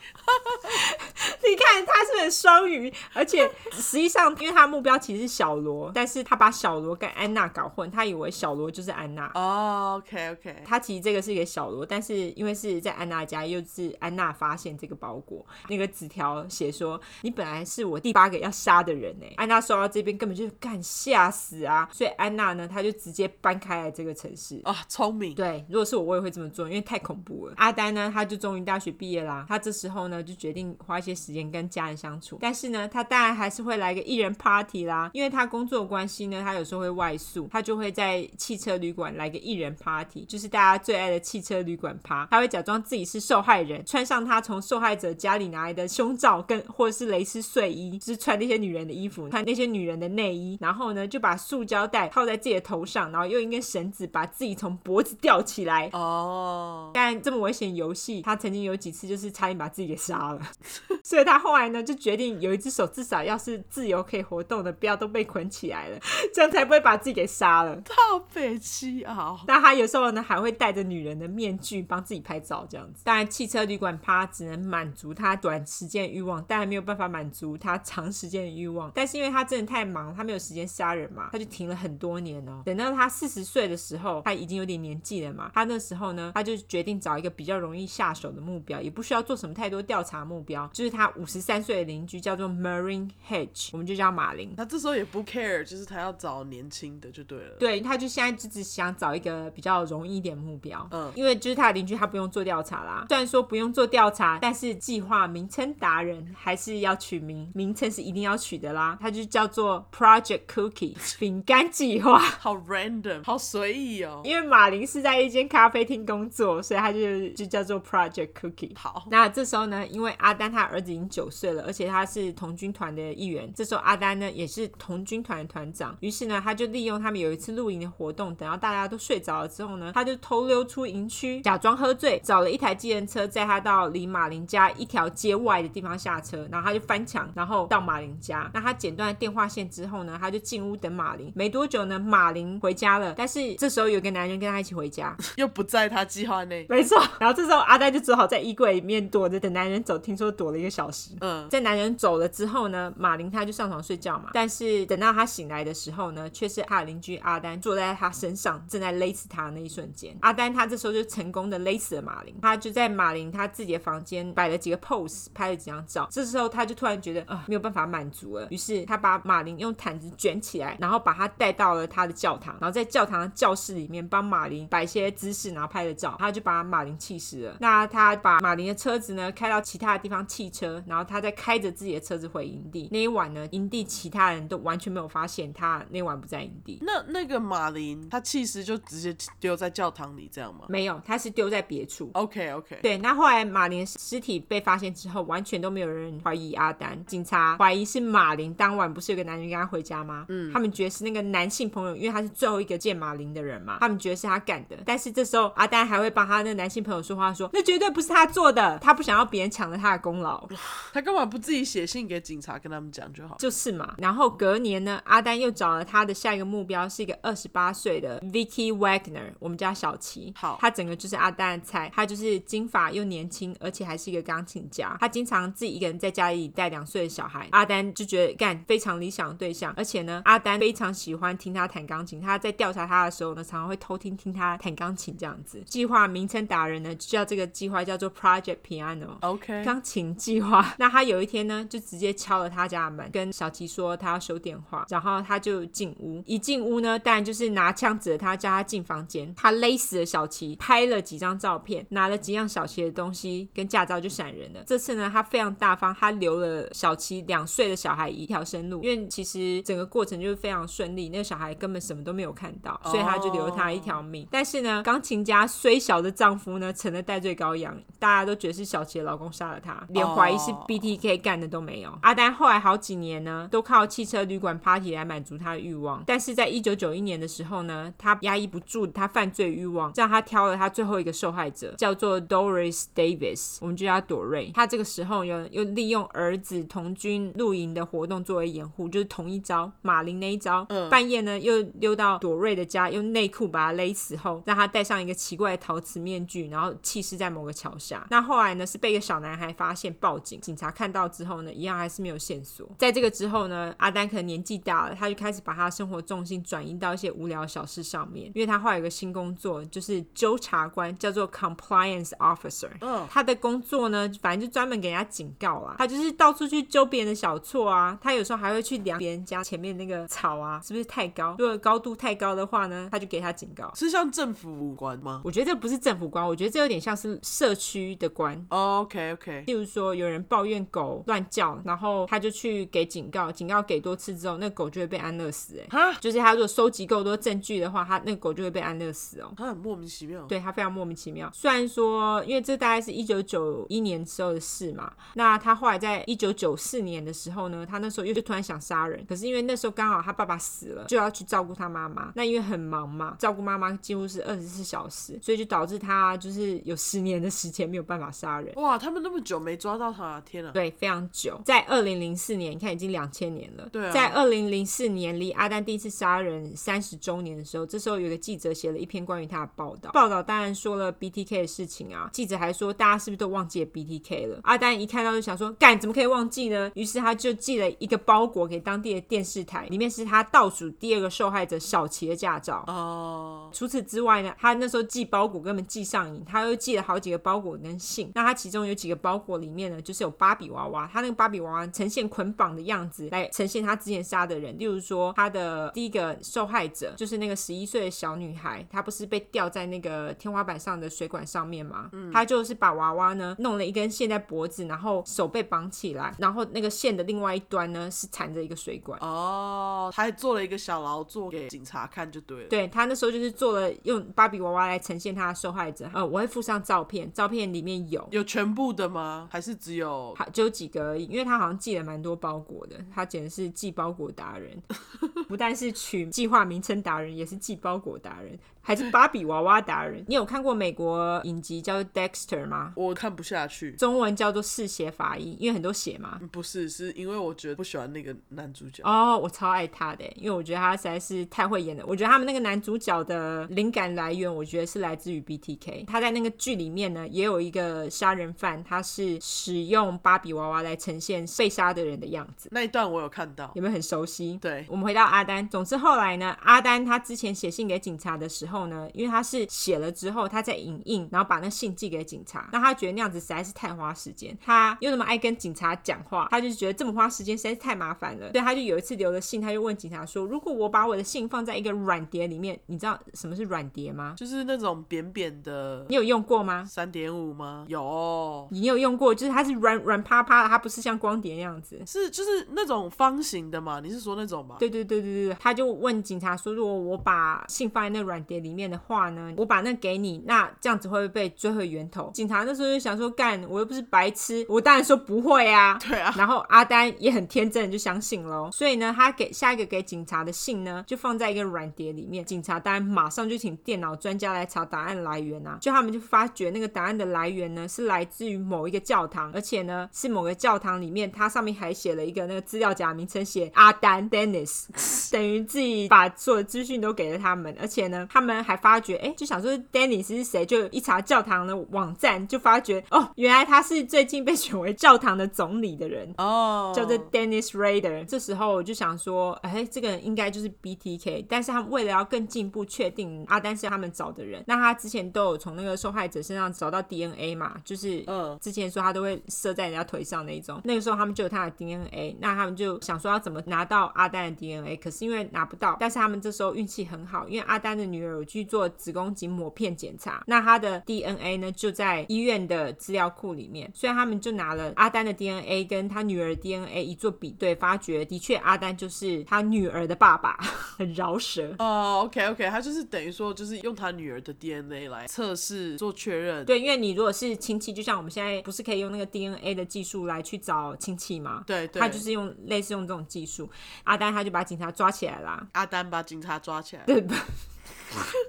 你看他是不是很双鱼？而且实际上，因为他的目标其实是小罗，但是他把小罗跟安娜搞混，他以为小罗就是安娜。
哦，OK，OK、o k OK，
他其实这个是给小罗，但是因为是在安娜家，又是安娜发现这个包裹，那个纸条写说你本来是我第八个要杀的人呢、欸安娜收到这边根本就干吓死啊，所以安娜呢，她就直接搬开了这个城市。
啊，聪明，
对，如果是我，我也会这么做，因为太恐怖了。阿丹呢，他就终于大学毕业啦，他这时候呢就决定花一些时间跟家人相处，但是呢，他当然还是会来个一人 party 啦，因为他工作的关系呢，他有时候会外宿，他就会在汽车旅馆来个一人 party，就是大家最爱的汽车旅馆趴，他会假装自己是受害人，穿上他从受害者家里拿来的胸罩跟或者是蕾丝睡衣，就是穿那些女人的衣服，穿那些女人的内衣，然后呢就把塑胶袋套在自己的头上，然后用一根绳子把自己从脖子吊起来。
哦，
但这么危险的游戏，他曾经有几次就是差点把自己给杀了， 所以他后来呢就决定有一只手至少要是自由可以活动的，不要都被捆起来了，这样才不会把自己给杀了。
靠北七啊，
那他有时候呢还会戴着女人的面具帮自己拍照这样子。当然，汽车旅馆趴只能满足他短时间的欲望，当然没有办法满足他长时间的欲望。但是因为他真的太忙，他没有时间杀人嘛，他就停了很多年哦。等到他四十岁的时候，他已经有点年纪了嘛，他那时候呢，他就决定找一个比较容易下手的目标，也不需要做什么太多调查目标，就是他五十三岁的邻居叫做 Marine Hedge，我们就叫马林。
他这时候也不 care，就是他要找年轻的就对了。
对，他就现在就只想找一个比较容易一点的目标，
嗯
因为就是他的邻居，他不用做调查啦。虽然说不用做调查，但是计划名称达达人，还是要取名，名称是一定要取的啦。它就叫做 Project Cookie 饼干计划。
好 random，好随意哦。
因为马林是在一间咖啡厅工作，所以他就就叫做 Project Cookie。
好，
那这时候呢，因为阿丹他儿子已经九岁了，而且他是童军团的一员，这时候阿丹呢也是童军团的团长，于是呢，他就利用他们有一次露营的活动，等到大家都睡着了之后呢，他就偷溜出营区，假装喝醉，找了一台计程车，载他到离马林家一条街外的地方下车，然后他就翻墙，然后到马林家。那他剪断电话线之后呢，他就进屋等马林。没多久呢，马林回家了，但是这时候有一个男人跟他一起回家，
又不在他计划内。
没错。然后这时候阿呆就只好在衣柜里面躲着，等男人走。听说躲了一个小时。
嗯，
在男人走了之后呢，马林他就上床睡觉嘛。但是等到他醒来的时候呢，却是他的邻居阿丹坐在他身上，正在勒死他的那一瞬间。阿丹他这时候就成功的勒死了马林。他就在马林他自己的房间摆了几个 pose，拍了几张照。这时候他就突然觉得啊、没有办法满足了，于是他把马林用毯子卷起来，然后把他带到了他的教堂，然后在教堂的教室里面帮马林摆一些姿势，然后拍了照。他就把马林气死了。那他把马林的车子呢开到其他的地方弃车，然后他再开着自己的车子回营地。那一晚呢，营地其他人都完全没有发现他那晚不在营地。
那那个马林，他气势就直接丢在教堂里，这样吗
没有，他是丢在别处。
？OK OK，
对，那后来马林尸体被发现之后，完全都没有人怀疑阿丹。警察怀疑是马林当晚不是有个男人跟他回家吗？嗯，他们觉得是那个男性朋友，因为他是最后一个见马林的人嘛，他们觉得是他干的。但是这时候阿丹还会帮他那个男性朋友说话说，那绝对不是他做的，他不想要别人抢了他的功劳。
他干嘛不自己写信给警察跟他们讲就 好？
就是嘛。然后隔年呢，阿丹又找了他的下一个目标是一个二十八岁的 Vicky Wagner，我们叫小琪。
好
他整个就是阿丹的菜，他就是金发又年轻，而且还是一个钢琴家。他经常自己一个人在家里带两岁的小孩，阿丹就觉得干非常理想的对象。而且呢，阿丹非常喜欢听他弹钢琴，他在调查他的时候呢，常常会偷听听他弹钢琴这样子。计划名称达人呢，就叫这个计划叫做 Project Piano。
OK，
钢琴计划。 那他有一天呢，就直接敲了他家的门，跟小琪说他要收电话，然后他就进屋。一进屋呢，当然就是拿枪指着他，叫他进房间。他勒死了小琪，拍了几张照片，拿了几样小琪的东西跟驾照就闪人了。这次呢，他非常大方，他留了小琪两岁的小孩一条生路，因为其实整个过程就是非常顺利，那个小孩根本什么都没有看到，所以他就留了他一条命。但是呢，钢琴家虽小的丈夫呢，成了戴罪羔羊，大家都觉得是小琪的老公杀了他，连怀疑是
哦
BTK 干的都没有。阿丹后来好几年呢，都靠汽车旅馆 party 来满足他的欲望，但是在一九九一年的时候呢，他压抑不住他犯罪欲望，让他挑了他最后一个受害者，叫做 Doris Davis，我们就叫她朵瑞。他这个时候又又利用儿子童军露营的活动作为掩护，就是同一招马林那一招。半夜呢又溜到朵瑞的家，用内裤把他勒死后，让他戴上一个奇怪的陶瓷面具，然后弃尸在某个桥下。那后来呢是被一个小男孩发现报警，警察看到之后呢，一样还是没有线索。在这个之后呢，阿丹可能年纪大了，他就开始把他的生活重心转移到一些无聊的小事上面，因为他后来有个新工作，就是纠察官，叫做 compliance officer。
嗯
他的工作呢，反正就专门给人家警告啊啦。他就是到处去揪别人的小错啊，他有时候还会去量别人家前面那个草啊，是不是太高？如果高度太高的话呢，他就给他警告。
是像政府无关吗
我觉得这不是政府官，我觉得这有点像是社区的官。
？OK OK，
例如说，有人抱怨狗乱叫，然后他就去给警告，警告给多次之后，那狗就会被安乐死、欸。
哈，
就是他如果收集够多证据的话，他那狗就会被安乐死哦、
他很莫名其妙。
对他非常莫名其妙。虽然说，因为这大概是一九九一年时候的事嘛，那他后来在一九九四年的时候呢，他那时候又就突然想杀人，可是因为那时候刚好他爸爸死了，就要去照顾他妈妈，那因为很忙嘛，照顾妈妈几乎是二十四小时，所以就导致他就是有十年的时间没有办法杀人。
哇，他们那么久没抓到他，天啊！
对，非常久，在二零零四年，你看已经两千年了。
对啊
在二零零四年离阿丹第一次杀人三十周年的时候，这时候有一个记者写了一篇关于他的报道。报道当然说了 BTK 的事情啊，记者还说大家是不是都忘记了 BTK 了？阿丹一看到就想说，干怎么可以忘记呢？于是他就寄了一个包裹给当地的电视台，里面是他倒数第二个受害者小琪的驾照。
哦，
除此之外呢，他那时候寄包裹根本寄上瘾，他又寄了好几个包裹跟信。那他其中有几个包裹里面呢，就是有芭比娃娃，他那个芭比娃娃呈现捆绑的样子来呈现他之前杀的人。例如说，他的第一个受害者就是那个十一岁的小女孩，她不是被吊在那个天花板上的水管上面吗？嗯，她就是把娃娃呢弄了一根线在脖子，然后。然后手被绑起来，然后那个线的另外一端呢是缠着一个水管。
哦，他还做了一个小劳作给警察看就对了。
对他那时候就是做了用芭比娃娃来呈现他的受害者，呃，我会附上照片，照片里面有
有全部的吗？还是只有？
好只有几个而已，因为他好像寄了蛮多包裹的，他简直是寄包裹达人， 不但是取计划名称达人，也是寄包裹达人，还是芭比娃娃达人。你有看过美国影集叫做《Dexter》吗？
我看不下去。
中文叫做嗜血法医，因为很多血嘛。
嗯不是，是因为我觉得不喜欢那个男主角。
哦、我超爱他的，因为我觉得他实在是太会演了。我觉得他们那个男主角的灵感来源，我觉得是来自于 BTK。他在那个剧里面呢，也有一个杀人犯，他是使用芭比娃娃来呈现被杀的人的样子，
那一段我有看到。
有没有很熟悉？
对，
我们回到阿丹，总之后来呢，阿丹他之前写信给警察的时候呢，因为他是写了之后，他再影印，然后把那信寄给警察。那他觉得那样子实在是太花时间，他又那么爱跟警察讲话，他就觉得这么花时间实在是太麻烦了。所以他就有一次留了信，他就问警察说：“如果我把我的信放在一个软碟里面，你知道什么是软碟吗？
就是那种扁扁的
你有用过吗？”
三点五吗？有，
你有用过，就是它是软软趴趴的，它不是像光碟那样子。
是就是那种方形的嘛？你是说那种吗？
对对对对对，他就问警察说：“如果我把信放在那软碟里面的话呢，我把那给你，那这样子会不会被追回源头？”警察那时候就想说：“干，我又不是白痴，我当然说不会啊。”
对啊，
然后阿丹也很天真的就相信喽，所以呢，他给下一个给警察的信呢，就放在一个软碟里面。警察当然马上就请电脑专家来查答案来源啊，就他们就发觉那个答案的来源呢是来自于某一个教堂，而且呢是某个教堂里面，它上面还写了一个那个资料夹名称写阿丹 Dennis，等于自己把所有资讯都给了他们，而且呢，他们还发觉，哎，就想说 Dennis 是谁，就一查教堂的网站，就发觉哦，原来他是最近被选为教堂的总理的人。
哦，
叫做 Dennis Rader。这时候我就想说，哎，这个人应该就是 BTK。但是他们为了要更进一步确定阿丹是他们找的人，那他之前都有从那个受害者身上找到 DNA 嘛，就是
嗯
之前说他都会射在人家腿上那一种。那个时候他们就有他的 DNA，那他们就想说要怎么拿到阿丹的 DNA，可是因为拿不到，但是他们这时候运气很好，因为阿丹的女儿有去做子宫颈抹片检查，那她的 DNA 呢就在医院的资料库里面，所以他们就拿了阿丹的 DNA 跟他女儿的 DNA 一做比对，发觉的确阿丹就是他女儿的爸 爸，很饶舌。
哦，OK OK，他就是等于说就是用他女儿的 DNA 来测试做确认。
对，因为你如果是亲戚，就像我们现在不是可以用那个 DNA 的技术来去找亲戚吗？
对对，
他就是用类似用这种技术，阿丹他就把警察抓起来啦，
阿丹把警察抓 起来。
对吧？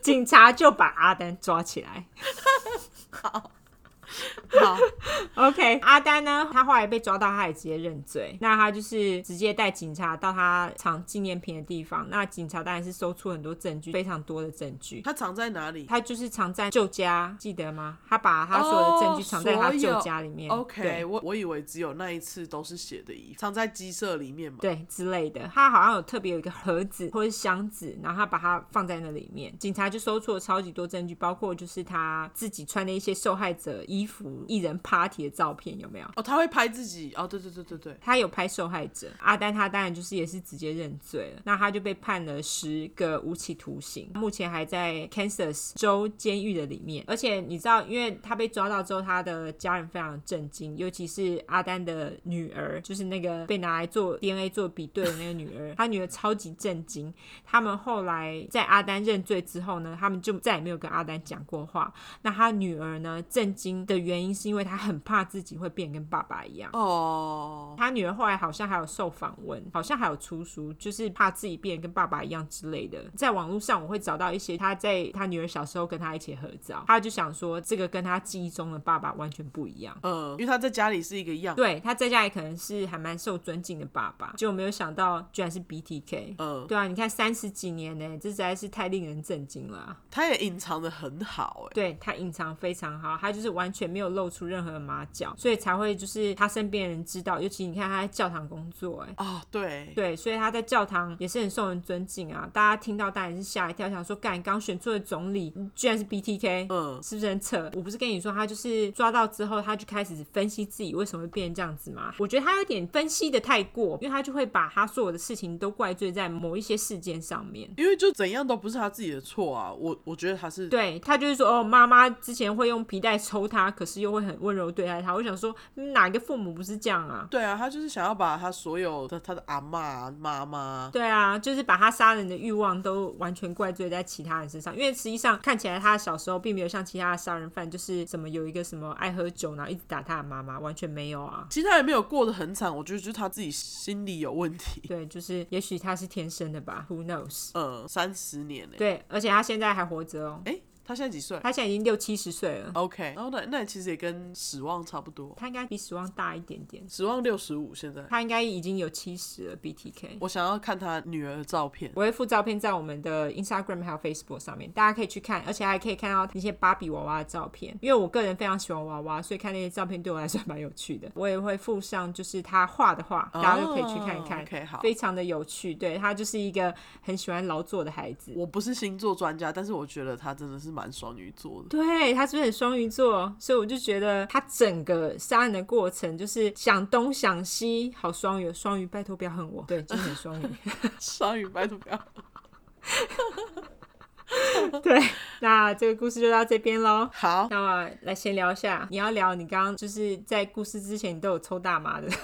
警察就把阿丹抓起来。
好，
OK，阿丹呢，他后来被抓到，他也直接认罪。那他就是直接带警察到他藏纪念品的地方。那警察当然是搜出很多证据，非常多的证据。
他藏在哪里？
他就是藏在旧家，记得吗？他把他所有的证据
哦
藏在他
所有
旧家里面。对
OK，我我以为只有那一次都是血的衣服，藏在鸡舍里面嘛。
对之类的。他好像有特别有一个盒子或者箱子，然后他把它放在那里面。警察就搜出了超级多证据，包括就是他自己穿的一些受害者衣服、艺人 party 的照片，有没有？
哦，他会拍自己。哦，对对对对对，
他有拍受害者阿丹，他当然就是也是直接认罪了，那他就被判了十个无期徒刑，目前还在 Kansas 州监狱的里面。而且你知道，因为他被抓到之后，他的家人非常震惊，尤其是阿丹的女儿，就是那个被拿来做 DNA 做比对的那个女儿，他女儿超级震惊。他们后来在阿丹认罪之后呢，他们就再也没有跟阿丹讲过话。那他女儿呢，震惊的原因是因为她很怕自己会变跟爸爸一样。
哦，
他女儿后来好像还有受访问，好像还有出书，就是怕自己变得跟爸爸一样之类的。在网络上我会找到一些他在他女儿小时候跟他一起合照，他就想说这个跟他记忆中的爸爸完全不一样。
嗯，因为他在家里是一个样。
对，他在家里可能是还蛮受尊敬的爸爸，就没有想到居然是 BTK。
嗯，
对啊，你看三十几年呢、这实在是太令人震惊了啊、
他也隐藏的很好哎、
对他隐藏非常好，他就是完全没有露出任何马脚，所以才会就是他身边的人知道。尤其你看他在教堂工作、哎，
哦，对，
对，所以他在教堂也是很受人尊敬啊。大家听到当然是吓一跳，想说干，刚选出的总理居然是 BTK，、
嗯，
是不是很扯？我不是跟你说，他就是抓到之后，他就开始分析自己为什么会变成这样子吗？我觉得他有点分析的太过，因为他就会把他所有的事情都怪罪在某一些事件上面。
因为就怎样都不是他自己的错啊。我我觉得他是
对他就是说，哦，妈妈之前会用皮带抽他，可是又会很温柔对待他。我想说，嗯哪个父母不是这样啊？
对啊，他就是想要把他所有的他的阿嬷、妈妈，
对啊，就是把他杀人的欲望都完全怪罪在其他人身上，因为实际上看起来他小时候并没有像其他的杀人犯，就是什么有一个什么爱喝酒，然后一直打他的妈妈，完全没有啊。
其实他也没有过得很惨，我觉得就是他自己心里有问题。
对，就是也许他是天生的吧，Who knows？
呃，三十年呢、
对，而且他现在还活着哦，
哎、他现在几岁
他现在已经六七十岁了，
？OK，然后那那其实也跟史旺差不多，
他应该比史旺大一点点，
史旺六十五现在。
他应该已经有七十了，BTK。
我想要看他女儿的照片，
我会附照片在我们的 Instagram 还有 Facebook 上面，大家可以去看，而且还可以看到一些芭比娃娃的照片。因为我个人非常喜欢娃娃，所以看那些照片对我来说蛮有趣的。我也会附上就是他画的画，大家就可以去看一看
哦 OK，好
非常的有趣。对他就是一个很喜欢劳作的孩子。
我不是星座专家，但是我觉得他真的是蛮双鱼座的。
对他是不是很双鱼座？所以我就觉得他整个杀人的过程就是想东想西，好双鱼，双鱼拜托不要恨我，对，就是很双鱼。
双鱼拜托不要。
对，那这个故事就到这边喽。
好，
那么来先聊一下，你要聊你刚刚就是在故事之前你都有抽大麻的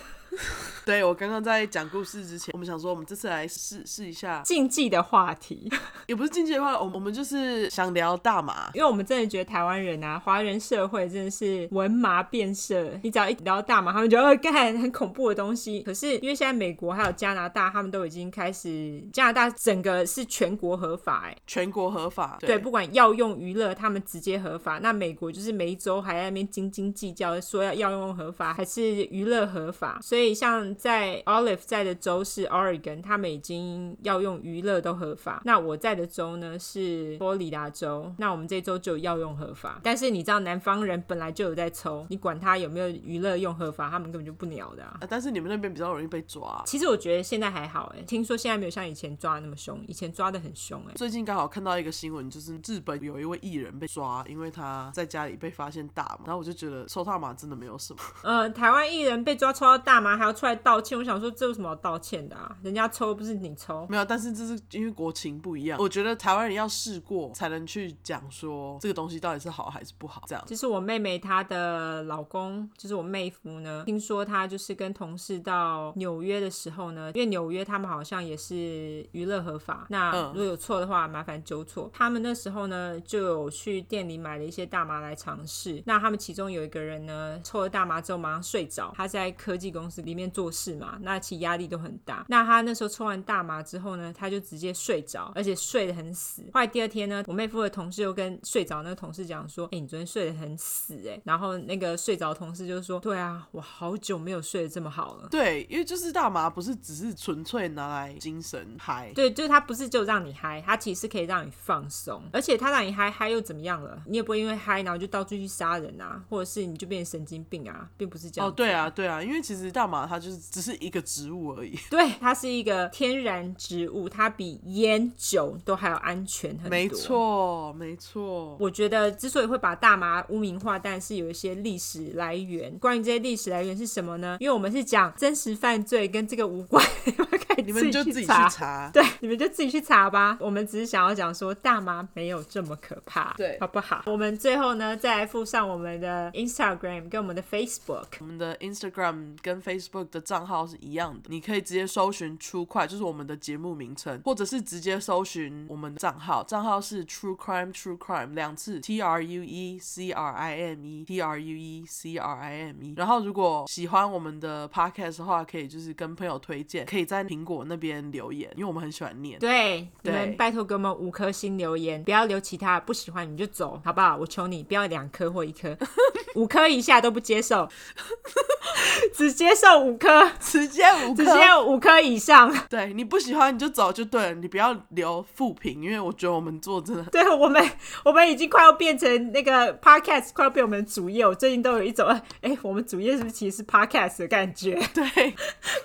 对我刚刚在讲故事之前，我们想说我们这次来试试一下，
禁忌的话题，
也不是境界的话，我们我们就是想聊大麻。
因为我们真的觉得台湾人啊，华人社会真的是文麻变色，你只要一聊大麻，他们就哦，干很恐怖的东西。可是因为现在美国还有加拿大，他们都已经开始，加拿大整个是全国合法、哎，
全国合法，
对，不管药用娱乐，他们直接合法。那美国就是每一周还在那边斤斤计较，说要药用合法还是娱乐合法。所以像在 Olive 在的州是 Oregon，他们已经药用娱乐都合法。那我在的州呢是佛罗里达州，那我们这州就有药用合法。但是你知道南方人本来就有在抽，你管他有没有娱乐用合法，他们根本就不鸟的、啊。
啊但是你们那边比较容易被抓。
其实我觉得现在还好哎，听说现在没有像以前抓的那么凶，以前抓的很凶哎。
最近刚好看到一个新闻，就是日本有一位艺人被抓，因为他在家里被发现大麻，然后我就觉得抽大麻真的没有什么。
呃，台湾艺人被抓抽到大麻还要出来道歉，我想说这有什么好道歉的啊？人家抽不是你抽。
没有，但是这是因为国情不一样，我觉得台湾人要试过才能去讲说这个东西到底是好还是不好，这样。
就是我妹妹她的老公，就是我妹夫呢，听说他就是跟同事到纽约的时候呢，因为纽约他们好像也是娱乐合法，那
嗯
如果有错的话，麻烦纠错。他们那时候呢就有去店里买了一些大麻来尝试，那他们其中有一个人呢抽了大麻之后马上睡着，他在科技公司里面做事嘛，那其实压力都很大。那他那时候抽完大麻之后呢，他就直接睡着，而且睡得很死。后来第二天呢，我妹夫的同事又跟睡着那个同事讲说：“哎、你昨天睡得很死哎、然后那个睡着的同事就说：“对啊，我好久没有睡得这么好了。”
对，因为就是大麻不是只是纯粹拿来精神嗨，
对，就是它不是就让你嗨，它其实是可以让你放松，而且它让你嗨，嗨又怎么样了？你也不会因为嗨然后就到处去杀人啊，或者是你就变成神经病啊，并不是这样
哦，
子。
对啊，对啊，因为其实大麻它就是只是一个植物而已，
对，它是一个天然植物，它比烟酒都还要安全很多。
没。错，没错。
我觉得之所以会把大麻污名化，但是有一些历史来源。关于这些历史来源是什么呢？因为我们是讲真实犯罪，跟这个无关， 你们可以
你们就自己去
查。
查，
对，你们就自己去查吧。我们只是想要讲说，大麻没有这么可怕，
对
好不好？我们最后呢，再来附上我们的 Instagram 跟我们的 Facebook。
我们的 Instagram 跟 Facebook 的账号是一样的，你可以直接搜寻 True Crime，就是我们的节目名称，或者是直接搜寻我们的账号，账号是 True Crime True Crime 两次 T R U E C R I M E T R U E C R I M E。然后如果喜欢我们的 Podcast 的话，可以就是跟朋友推荐，可以在苹果那边留言，因为我们很喜欢念。
对，你
对
们拜托给我们五颗星留言，不要留其他，不喜欢你就走，好不好？我求你，不要两颗或一颗， 五颗以下都不接受， 只接受五颗，
直接五
只
颗，
接五颗以上。
对你不喜欢你就走就对了，你不要留负评，因为我觉得我 们做真的很
对我们，我们已经快要变成那个 podcast，快要被我们主业，我最近都有一种，哎、我们主业是不是其实是 podcast 的感觉？
对。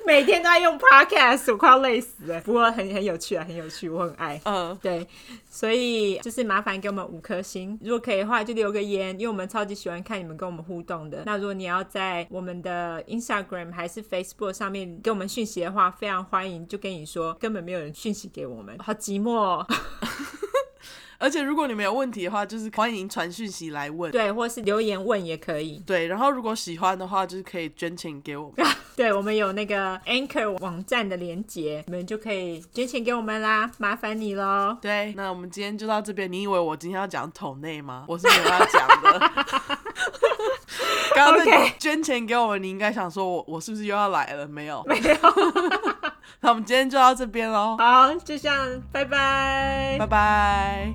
每天都在用 podcast，我快要累死了。不过很很有趣啊，很有趣，我很爱。
嗯，
对，所以就是麻烦给我们五颗星，如果可以的话就留个言，因为我们超级喜欢看你们跟我们互动的。那如果你要在我们的 Instagram 还是 Facebook 上面给我们讯息的话，非常欢迎，就跟你说根本没有人讯息给我们，好寂寞、哦。
而且如果你们有问题的话，就是欢迎传讯息来问。
对，或是留言问也可以。
对，然后如果喜欢的话，就是可以捐钱给我 们。
对，我们有那个 Anchor 网站的连接，你们就可以捐钱给我们啦，麻烦你喽。
对，那我们今天就到这边。你以为我今天要讲桶内吗？我是没有要讲 的。刚刚那
OK
捐钱给我们，你应该想说我我是不是又要来了？没有，
没 有，
那我们今天就到这边喽，
好，就这样，拜拜
拜。拜。